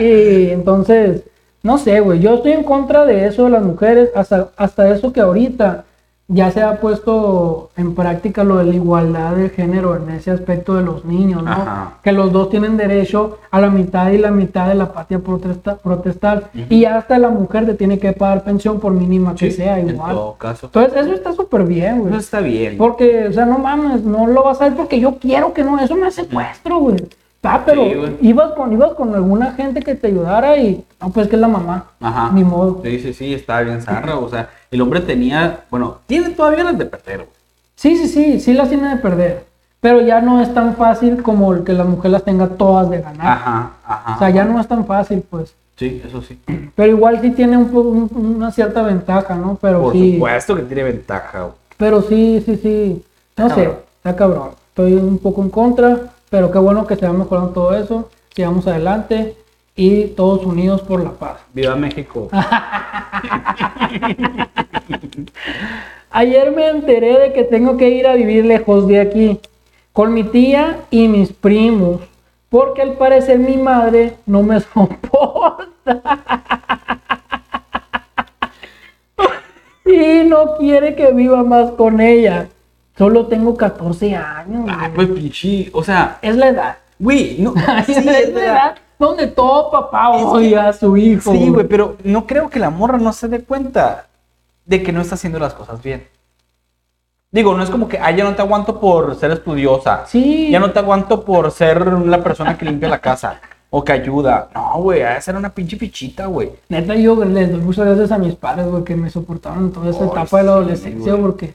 S1: Y entonces, no sé, güey, yo estoy en contra de eso de las mujeres, hasta, hasta eso que ahorita ya se ha puesto en práctica lo de la igualdad de género en ese aspecto de los niños, ¿no?
S2: Ajá.
S1: Que los dos tienen derecho a la mitad y la mitad de la patria protesta, protestar. Y hasta la mujer te tiene que pagar pensión por mínima que sea,
S2: en
S1: igual.
S2: todo caso.
S1: Entonces, eso está súper bien, güey.
S2: Eso está bien.
S1: Porque, o sea, no mames, no lo vas a hacer porque yo quiero que no, eso me hace secuestro, güey. Ah, pero
S2: Sí, güey.
S1: ibas con ibas con alguna gente que te ayudara y no, pues que es la mamá.
S2: Ajá.
S1: Ni modo.
S2: Sí, sí, sí, estaba bien zarra. O sea, el hombre tenía, bueno, tiene todavía las de perder, güey.
S1: Sí, sí, sí, sí las tiene de perder. Pero ya no es tan fácil como el que la mujer las tenga todas de ganar.
S2: Ajá, ajá.
S1: O sea, ya no es tan fácil, pues.
S2: Sí, eso sí.
S1: Pero igual sí tiene un, po- un- una cierta ventaja, ¿no? Pero
S2: Por
S1: sí.
S2: supuesto que tiene ventaja, güey.
S1: Pero sí, sí, sí. No sé,
S2: cabrón.
S1: está cabrón. Estoy un poco en contra, pero qué bueno que se va mejorando todo eso. Sigamos adelante y todos unidos por la paz.
S2: Viva México.
S1: Ayer me enteré de que tengo que ir a vivir lejos de aquí, con mi tía y mis primos, porque al parecer mi madre no me soporta. y no quiere que viva más con ella. Solo tengo 14 años.
S2: Ay,
S1: güey.
S2: pues pinche, o sea,
S1: Es la edad.
S2: güey, no. sí,
S1: es la edad donde todo papá
S2: Es que-
S1: odia a su hijo.
S2: Sí, güey, pero no creo que la morra no se dé cuenta de que no está haciendo las cosas bien. Digo, no es como que, ay, ya no te aguanto por ser estudiosa.
S1: Sí.
S2: Ya no te aguanto por ser la persona que limpia la casa o que ayuda. No, güey, a ser una pinche pichita, güey.
S1: Neta, yo les doy muchas gracias a mis padres, güey, que me soportaron en toda esa
S2: Ay,
S1: etapa de la
S2: sí,
S1: adolescencia,
S2: güey.
S1: porque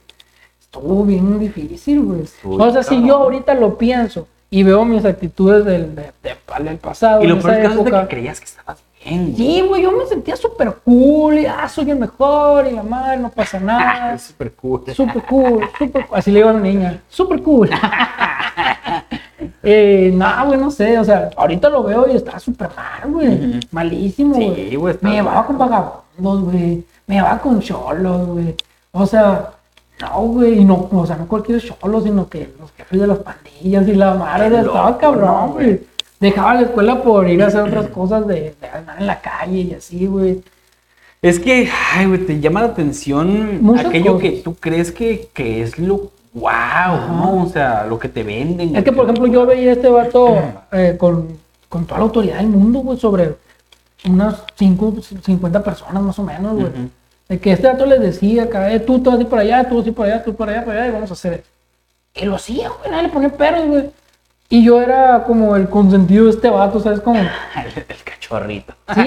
S1: estuvo bien difícil, güey.
S2: Uy,
S1: O sea, si
S2: cabrón.
S1: yo ahorita lo pienso y veo mis actitudes del, de- de- del pasado,
S2: Y lo
S1: Ah, en
S2: peor
S1: esa
S2: del caso es de que
S1: época.
S2: creías que estabas bien, güey.
S1: Sí, güey, yo me sentía súper cool, y ah, soy el mejor, y la madre, no pasa nada.
S2: Es súper cool.
S1: Super cool, super cool. Así le digo a mi niña, super cool. eh, no, güey, no sé, o sea, ahorita lo veo y está súper mal, güey.
S2: Ujú.
S1: Malísimo,
S2: Sí,
S1: güey.
S2: güey, está
S1: Me
S2: mal.
S1: llevaba con vagabundos, güey. Me llevaba con cholos, güey. O sea, no, güey, y no, o sea, no cualquier cholo, sino que los jefes de las pandillas y la madre
S2: Qué
S1: estaba
S2: loco, ¿no,
S1: cabrón,
S2: güey?
S1: güey. Dejaba la escuela por ir a hacer otras cosas de, de andar en la calle y así, güey.
S2: Es que, ay, güey, te llama la atención
S1: Muchas
S2: aquello
S1: cosas.
S2: que tú crees que, que es lo wow, ¿no? O sea, lo que te venden.
S1: Es que, por ejemplo, yo veía a este vato eh, con, con toda la autoridad del mundo, güey, sobre unas cinco, 50 personas más o menos, güey.
S2: Ujú.
S1: De que este vato les decía, acá, eh, tú te vas a ir para allá, tú vas a ir para allá, tú para allá, para allá, y vamos a hacer esto. Y lo hacía, güey, nadie le ponía peros, güey. Y yo era como el consentido de este vato, ¿sabes? Como, sí,
S2: El, el cachorrito.
S1: o sea,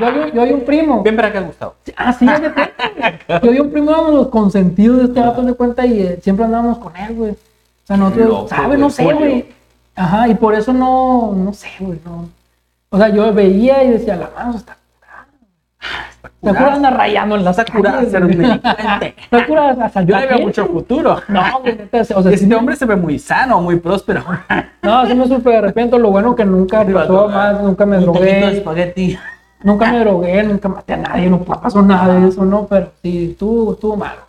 S1: yo, yo, yo, yo hay un primo.
S2: Ven para acá, Gustavo.
S1: Así es Ah, de cuenta. güey. Yo y un primo éramos los consentidos de este vato de cuenta y eh, siempre andábamos con él, güey. O sea, nosotros,
S2: Loco,
S1: ¿sabes?
S2: güey,
S1: No sé,
S2: Julio.
S1: güey. Ajá, y por eso no, no sé, güey, no. O sea, yo veía y decía, la mano está curada. Ah, Está curada, anda rayando en la
S2: Está curada, ser un delincuente.
S1: Está curada, hasta
S2: Yo le veo mucho futuro.
S1: No, güey, neta, o sea, sí
S2: Este
S1: me-
S2: hombre se ve muy sano, muy próspero.
S1: No, sí me súper arrepiento. Lo bueno que nunca pasó más, nunca me
S2: Un taquito de
S1: drogué.
S2: espagueti.
S1: Nunca me drogué, nunca maté a nadie, no pasó nada de eso, ¿no? Pero sí, estuvo, estuvo malo.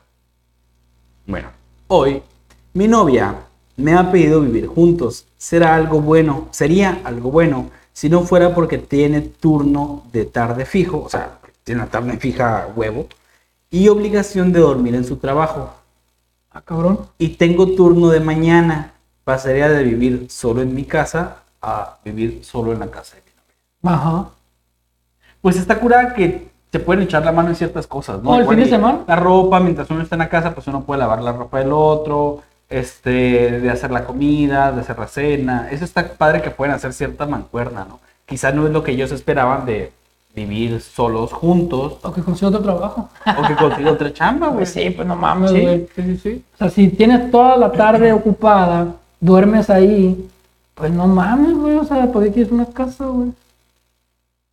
S2: Bueno, hoy mi novia me ha pedido vivir juntos. Será algo bueno, sería algo bueno si no fuera porque tiene turno de tarde fijo, o sea, tiene una tarde fija a huevo y obligación de dormir en su trabajo.
S1: Ah, cabrón.
S2: Y tengo turno de mañana. Pasaría de vivir solo en mi casa a vivir solo en la casa de mi novia.
S1: Ajá.
S2: Pues está curada que te pueden echar la mano en ciertas cosas, ¿no?
S1: O el
S2: Igual
S1: fin de
S2: y
S1: semana.
S2: La ropa, mientras uno está en la casa, pues uno puede lavar la ropa del otro, este, de hacer la comida, de hacer la cena. Eso está padre que pueden hacer cierta mancuerna, ¿no? Quizás no es lo que ellos esperaban de vivir solos juntos
S1: O que consiga otro trabajo.
S2: o que consiga otra chamba, güey.
S1: sí, pues no mames,
S2: Sí,
S1: güey.
S2: sí, sí, sí.
S1: O sea, si tienes toda la tarde ocupada, duermes ahí, pues no mames, güey. O sea, ¿por qué quieres una casa, güey?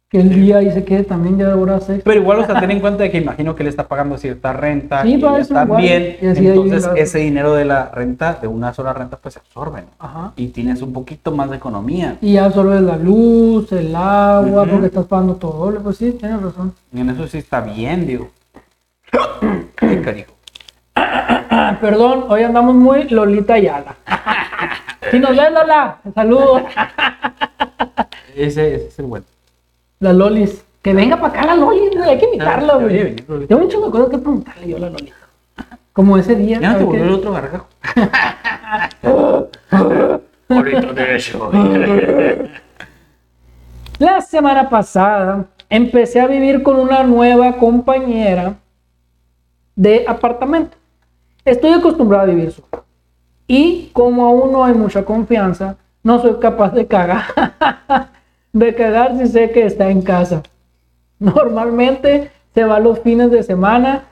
S1: Que el día ahí se quede también ya de horas extra.
S2: Pero igual, o sea, ten en cuenta de que imagino que él está pagando cierta renta
S1: Sí,
S2: y
S1: para
S2: ella
S1: eso igual,
S2: también.
S1: y así ahí
S2: Entonces,
S1: la-
S2: ese dinero de la renta, de una sola renta, pues se absorbe, ¿no?
S1: Ajá.
S2: Y tienes un poquito más de economía.
S1: Y ya absorbes la luz, el agua,
S2: Ujú.
S1: porque estás pagando todo doble. Pues sí, tienes razón.
S2: Y en eso sí está bien, digo. Ay, canijo.
S1: Ah, perdón, hoy andamos muy Lolita Ayala. Si nos ves, Lola, saludos.
S2: Ese, ese es el bueno.
S1: La Lolis. Que venga para acá la Lolis, güey, hay que invitarla,
S2: Debería
S1: güey.
S2: venir, Lolis.
S1: Tengo un chingo de cosas que preguntarle yo a la Lolis. Como ese día.
S2: Ya no te
S1: ¿sabes
S2: volvió
S1: qué?
S2: el otro gargajo.
S3: Ahorita de eso.
S1: La semana pasada empecé a vivir con una nueva compañera de apartamento. Estoy acostumbrado a vivir solo. Y como aún no hay mucha confianza, no soy capaz de cagar. De cagar si sé que está en casa. Normalmente se va los fines de semana,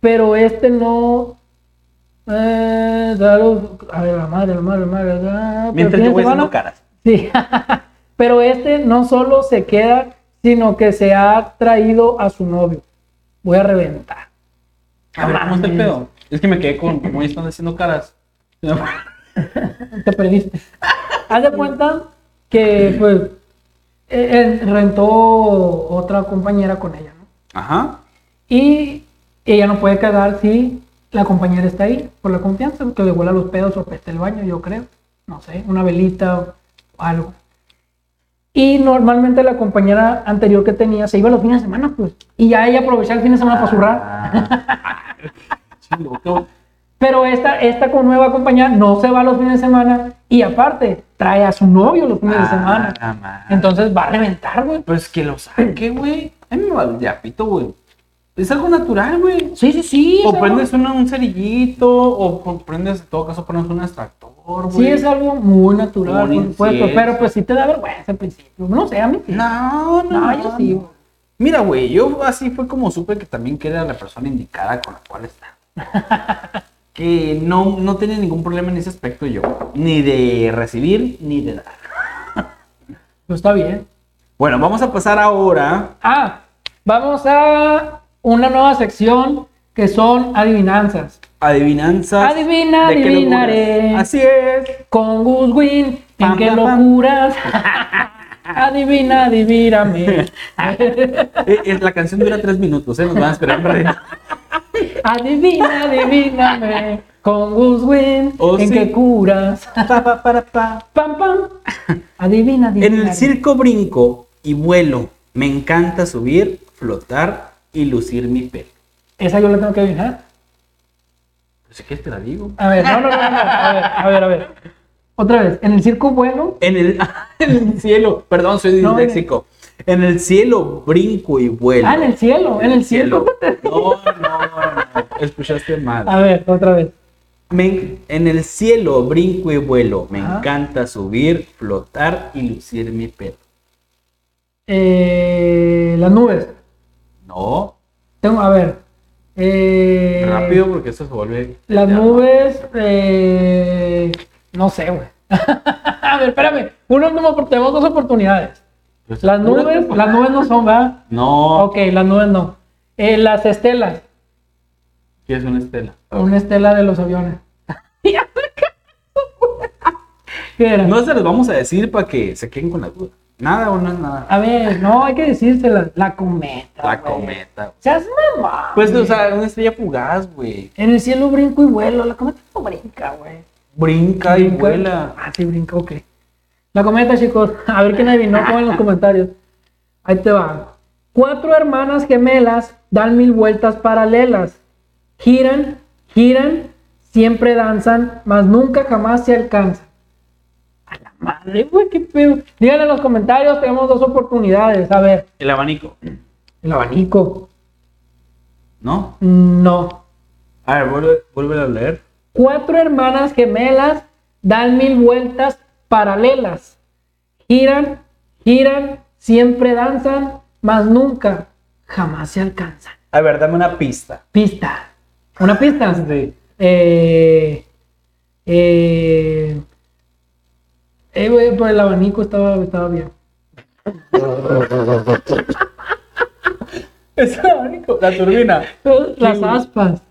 S1: pero este no... Eh, da los- a ver, la madre, la madre, la madre. ah, pero
S2: Mientras
S1: fines
S2: yo
S1: de
S2: voy
S1: semana-
S2: haciendo caras.
S1: Sí, pero este no solo se queda, sino que se ha traído a su novio. Voy a reventar.
S2: A ver, ¿cómo está el pedo? Es que me quedé con, como ellos están haciendo caras.
S1: Te perdiste. Haz de cuenta que pues eh, eh, rentó otra compañera con ella, ¿no?
S2: Ajá.
S1: Y ella no puede cagar si la compañera está ahí, por la confianza, que le huela los pedos o peste el baño, yo creo. No sé, una velita o algo. Y normalmente la compañera anterior que tenía se iba los fines de semana, pues. Y ya ella aprovechaba el fin de semana para zurrar.
S2: Ah, Chingo, qué-
S1: Pero esta, esta con nueva compañera no se va los fines de semana. Y aparte, trae a su novio los fines de
S2: Ah, la
S1: semana.
S2: madre.
S1: Entonces va a reventar, güey.
S2: Pues que lo saque, güey. A mí me va el yapito, güey. Es algo natural, güey.
S1: Sí, sí, sí.
S2: O
S1: es
S2: prendes una- un cerillito, o po- prendes, en todo caso, pones un extractor,
S1: Sí,
S2: güey.
S1: es algo muy natural,
S2: Muy
S1: por supuesto.
S2: incienso.
S1: Pero pues sí te da vergüenza al principio. No sé, a mí sí.
S2: No, no,
S1: No, yo sí, güey.
S2: Mira, güey, yo así fue como supe que también que era la persona indicada con la cual está. que no, no tenía ningún problema en ese aspecto yo. Ni de recibir, ni de dar.
S1: Pues está bien.
S2: Bueno, vamos a pasar ahora.
S1: Ah, vamos a una nueva sección que son adivinanzas.
S2: Adivinanzas.
S1: Adivina,
S2: de qué locuras.
S1: adivinaré.
S2: Así es.
S1: Con Gus Win, en
S2: Pam,
S1: qué
S2: pam, pam.
S1: locuras. Adivina, adivírame.
S2: Eh, eh, la canción dura tres minutos, ¿eh? Nos van a esperar un ratito.
S1: Adivina, adivíname. Con Gus Win,
S2: Oh,
S1: en
S2: sí.
S1: qué curas.
S2: Pa, pa, para, pa.
S1: Pam, pam. Adivina, adivina.
S2: En el circo brinco y vuelo. Me encanta subir, flotar y lucir mi pelo.
S1: Esa yo la tengo que adivinar.
S2: Pues que te la digo.
S1: A ver, no, no, no, no, A ver, a ver, a ver. Otra vez. En el circo vuelo.
S2: En el, en el cielo, perdón, soy
S1: No, en el-
S2: disléxico. En el cielo brinco y vuelo.
S1: Ah, en el cielo. En el cielo. Ah.
S2: No, no, no, escuchaste mal.
S1: A ver, otra vez.
S2: Me en- en el cielo brinco y vuelo. Me
S1: Ajá.
S2: encanta subir, flotar y lucir mi pelo.
S1: Eh, las nubes.
S2: No,
S1: Tengo, a ver. Eh,
S2: rápido porque eso se vuelve.
S1: Las
S2: ya, ¿no?
S1: nubes. eh, no sé, güey. a ver, espérame. Uno no porque tenemos dos oportunidades.
S2: Pues,
S1: Las
S2: una
S1: nubes,
S2: temporada.
S1: las nubes no son, ¿verdad?
S2: No,
S1: Ok, las nubes no. Eh, las estelas.
S2: que es una estela.
S1: Una estela de los aviones. ¿Qué era?
S2: No se los vamos a decir para que se queden con la duda. Nada o no es nada.
S1: A ver, no, hay que decírsela. La cometa.
S2: La
S1: güey.
S2: cometa.
S1: Seas mamá.
S2: Pues,
S1: güey.
S2: o sea, una estrella fugaz, güey.
S1: En el cielo brinco y vuelo. La cometa no brinca, güey.
S2: Brinca y
S1: Brinca.
S2: vuela.
S1: Ah, sí, brinca, ok. La cometa, chicos. A ver quién
S2: Ah.
S1: adivinó pongan en los comentarios. Ahí te va. Cuatro hermanas gemelas dan mil vueltas paralelas. Giran, giran, siempre danzan, mas nunca jamás se alcanzan. A la madre, güey, qué pedo. Díganle en los comentarios, tenemos dos oportunidades. A ver,
S2: El abanico.
S1: el abanico.
S2: ¿No?
S1: Mm, No.
S2: A ver, vuelve, vuelve a leer.
S1: Cuatro hermanas gemelas dan mil vueltas paralelas. Giran, giran, siempre danzan, mas nunca, jamás se alcanzan.
S2: A ver, dame una pista.
S1: Pista. ¿Una pista?
S2: Sí.
S1: Eh, eh, eh, güey, por el abanico estaba, estaba bien.
S2: Es el abanico, la turbina.
S1: Las
S2: Sí.
S1: aspas.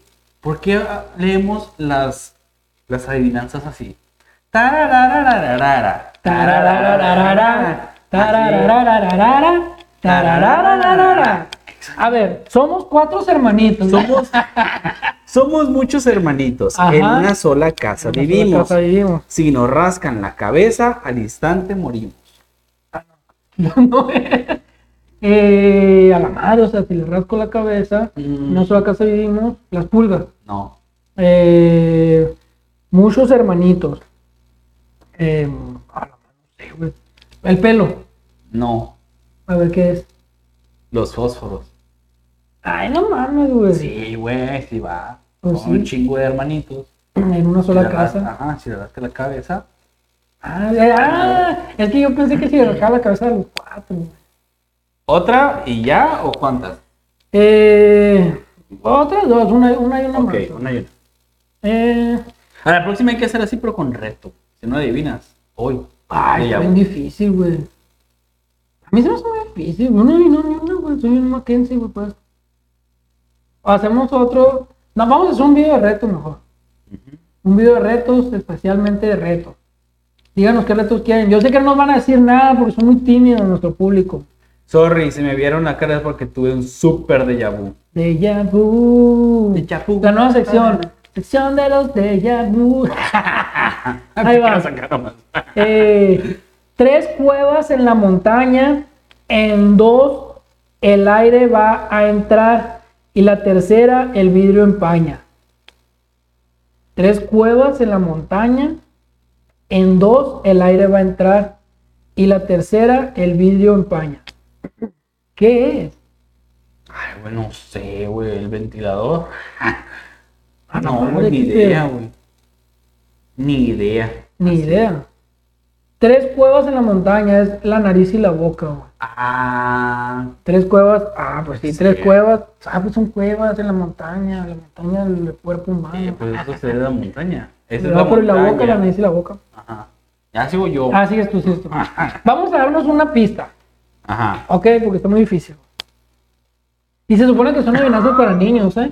S2: ¿por qué ah, leemos las, las adivinanzas así? Tarararararara,
S1: Tarararararara, tarararararara, tarararararara. A ver, somos cuatro hermanitos.
S2: Somos, somos muchos hermanitos,
S1: Ajá.
S2: en una sola casa
S1: En una sola
S2: vivimos.
S1: casa vivimos.
S2: Si nos rascan la cabeza, al instante morimos.
S1: No, eh, a la madre, o sea, si le rasco la cabeza,
S2: Mm.
S1: no solo casa vivimos, las pulgas.
S2: No.
S1: Eh, muchos hermanitos. Eh, a la madre, no sé, güey. El pelo.
S2: No,
S1: A ver qué es.
S2: los fósforos.
S1: Ay, no mames, güey.
S2: Sí, güey, sí va.
S1: Pues
S2: Son un
S1: sí.
S2: chingo de hermanitos.
S1: En una
S2: Si
S1: sola
S2: le ras-
S1: casa.
S2: Ajá, si le das la cabeza.
S1: Ah, ya, ah, es que yo pensé que si le rascaba la cabeza a los cuatro. güey.
S2: ¿Otra y ya o cuántas?
S1: Eh, otras dos, una, una y una
S2: Ok,
S1: más.
S2: una y una.
S1: Eh,
S2: A la próxima hay que hacer así, pero con reto. Si no adivinas, hoy.
S1: ay,
S2: Ya,
S1: está bien
S2: güey.
S1: difícil, güey. A mí se me hace muy difícil, güey. No, no, no, no, güey. Soy un Mackenzie, güey, pues. Hacemos otro. No, vamos a hacer un video de reto mejor. Un video de retos, especialmente de retos. Díganos qué retos quieren. Yo sé que no nos van a decir nada porque son muy tímidos nuestro público.
S2: Sorry, si me vieron la cara es porque tuve un súper de vu.
S1: De Yahoo.
S2: Déjà vu.
S1: La nueva sección. Sección de los de Yahoo.
S2: Ah,
S1: Ahí
S3: Te
S1: va.
S3: quiero sacar nomás.
S1: Eh, tres cuevas en la montaña. En dos, el aire va a entrar. Y la tercera, el vidrio empaña. Tres cuevas en la montaña. En dos, el aire va a entrar. Y la tercera, el vidrio empaña. ¿Qué es?
S2: Ay, güey, no sé, güey, el ventilador.
S1: Ah,
S2: no,
S1: no,
S2: güey, ni
S1: ¿qué te-
S2: idea, güey. Ni idea.
S1: Ni idea. Tres cuevas en la montaña es la nariz y la boca, güey.
S2: Ah,
S1: Tres cuevas, ah, pues sí,
S2: Sí.
S1: tres cuevas, ah, pues son cuevas en la montaña, la montaña del cuerpo
S2: eh,
S1: humano.
S2: pues eso se ve la montaña. Esa
S1: Le
S2: es
S1: va
S2: la
S1: por la boca,
S2: montaña.
S1: la nariz y la boca.
S2: Ajá. Ya sigo yo.
S1: Ah, sí, es tú, sí, es tú.
S2: Ajá.
S1: Vamos a darnos una pista,
S2: Ajá.
S1: ok, porque está muy difícil. Y se supone que son adivinanzas para niños, ¿eh?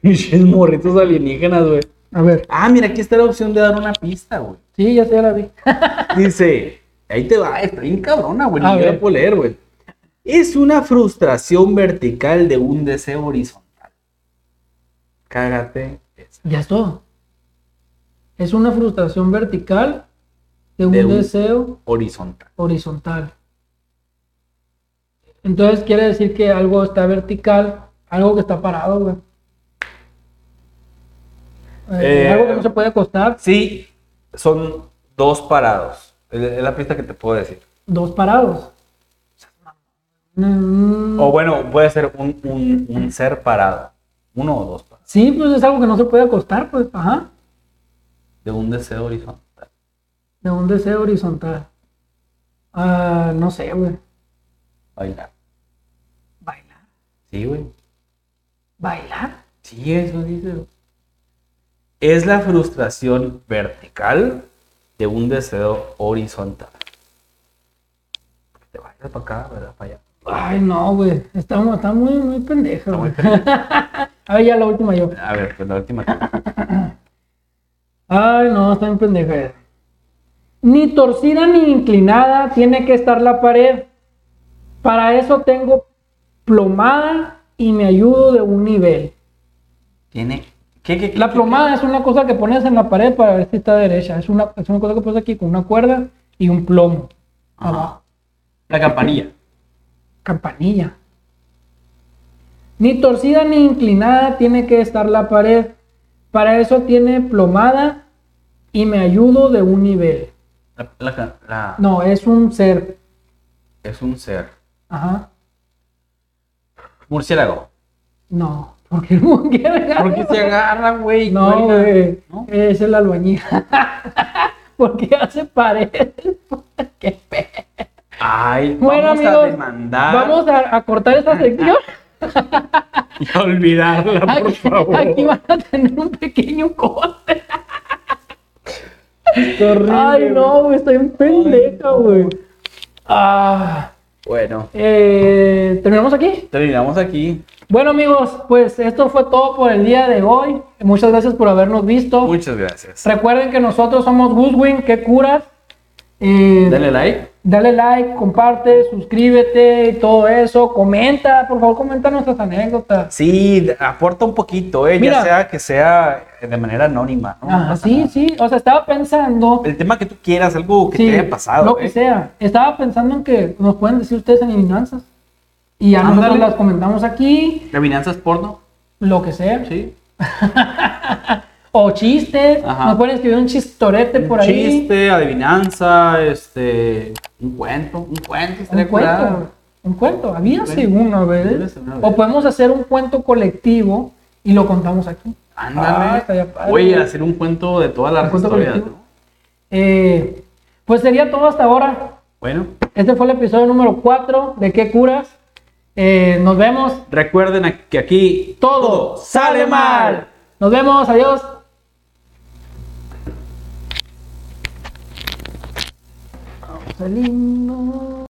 S2: Pinches morritos alienígenas, güey.
S1: A ver,
S2: Ah, mira, aquí está la opción de dar una pista, güey.
S1: sí, ya sé, ya la vi.
S2: Dice, ahí te va, está bien cabrona, güey.
S1: A
S2: Ni yo la
S1: ver.
S2: puedo leer, güey. Es una frustración vertical de un deseo horizontal. Cágate. esa.
S1: Ya es todo. Es una frustración vertical de un
S2: De un-
S1: deseo
S2: Horizontal.
S1: horizontal. Entonces quiere decir que algo está vertical, algo que está parado, güey. Eh,
S2: Eh,
S1: algo que no se puede acostar,
S2: Sí, son dos parados. Es es la pista que te puedo decir.
S1: dos parados. Mm,
S2: O bueno, puede ser un, un- un ser parado. Uno o dos parados.
S1: sí, pues es algo que no se puede acostar, pues, ajá,
S2: De un deseo horizontal.
S1: de un deseo horizontal. Ah, no sé, güey.
S2: Bailar.
S1: Bailar.
S2: Sí, güey.
S1: Bailar.
S2: Sí, eso dice. Es la frustración vertical de un deseo horizontal. Te bailas para acá, ¿verdad? Para allá.
S1: Ay, no, güey. Está, mu- está muy, muy pendeja,
S2: muy
S1: güey. A ver, ya la última yo.
S2: A ver, pues la última.
S1: Ay, no, está en pendeja. Ni torcida ni inclinada tiene que estar la pared. Para eso tengo plomada y me ayudo de un nivel.
S2: Tiene. ¿Qué, qué, qué,
S1: La
S2: qué,
S1: plomada es una cosa que pones en la pared para ver si está derecha. Es una, es una cosa que pones aquí con una cuerda y un plomo.
S2: Ajá.
S1: Abajo.
S2: qué? La campanilla.
S1: Campanilla. Ni torcida ni inclinada tiene que estar la pared. Para eso tiene plomada y me ayudo de un nivel.
S2: La, la ca- la-
S1: No, es un ser.
S2: Es un ser.
S1: Ajá.
S2: Murciélago.
S1: No. ¿Por qué ¿Por qué
S2: ¿Por qué se agarra, güey?
S1: No,
S2: Cuelga.
S1: güey.
S2: ¿No?
S1: Es el albañil. ¿Por qué hace pared?
S2: Ay,
S1: Bueno,
S2: vamos a
S1: amigos,
S2: demandar. Ah.
S1: Vamos a, a cortar esta sección.
S3: Y olvidarla, por
S1: Aquí,
S3: favor.
S1: aquí van a tener un pequeño corte. Ay, no, güey, estoy en pendeja, güey. Ah,
S2: Bueno,
S1: eh, ¿Terminamos aquí?
S2: terminamos aquí.
S1: Bueno amigos, pues esto fue todo por el día de hoy. Muchas gracias por habernos visto.
S2: Muchas gracias.
S1: Recuerden que nosotros somos Goodwin, que curas. Eh, dale.
S2: Dale like.
S1: like, comparte, suscríbete y todo eso. Comenta, por favor, comenta nuestras anécdotas.
S2: Sí, de- aporta un poquito, eh,
S1: Mira.
S2: ya sea que sea eh, de manera anónima. ¿no?
S1: Ajá, sí, sí. O sea, estaba pensando.
S2: El tema que tú quieras, algo que
S1: sí,
S2: te haya pasado.
S1: Lo que
S2: eh.
S1: sea. Estaba pensando en que nos pueden decir ustedes adivinanzas. Y ya
S2: Ándale.
S1: nosotros las comentamos aquí,
S2: Adivinanzas porno.
S1: lo que sea.
S2: Sí.
S1: O chistes.
S2: Ajá.
S1: Nos pueden escribir un chistorete por ahí.
S2: Chiste, adivinanza, este. Un cuento. Un cuento.
S1: Un
S2: estaría
S1: cuento.
S2: curado.
S1: Un cuento. Había
S2: Un
S1: así
S2: cuento.
S1: uno,
S2: Había
S1: ¿verdad?
S2: así una vez.
S1: O podemos hacer un cuento colectivo y lo contamos aquí. Ah,
S2: Ándale.
S1: estaría padre.
S2: Voy a hacer un cuento de todas
S1: Un
S2: las
S1: cuento
S2: historias.
S1: colectivo. Eh, pues sería todo hasta ahora.
S2: ¿no? Bueno,
S1: Este fue el episodio número 4 de ¿Qué curas? Eh, nos vemos.
S2: recuerden a- que aquí
S1: Todo sale mal. Nos vemos. Adiós. Salimos.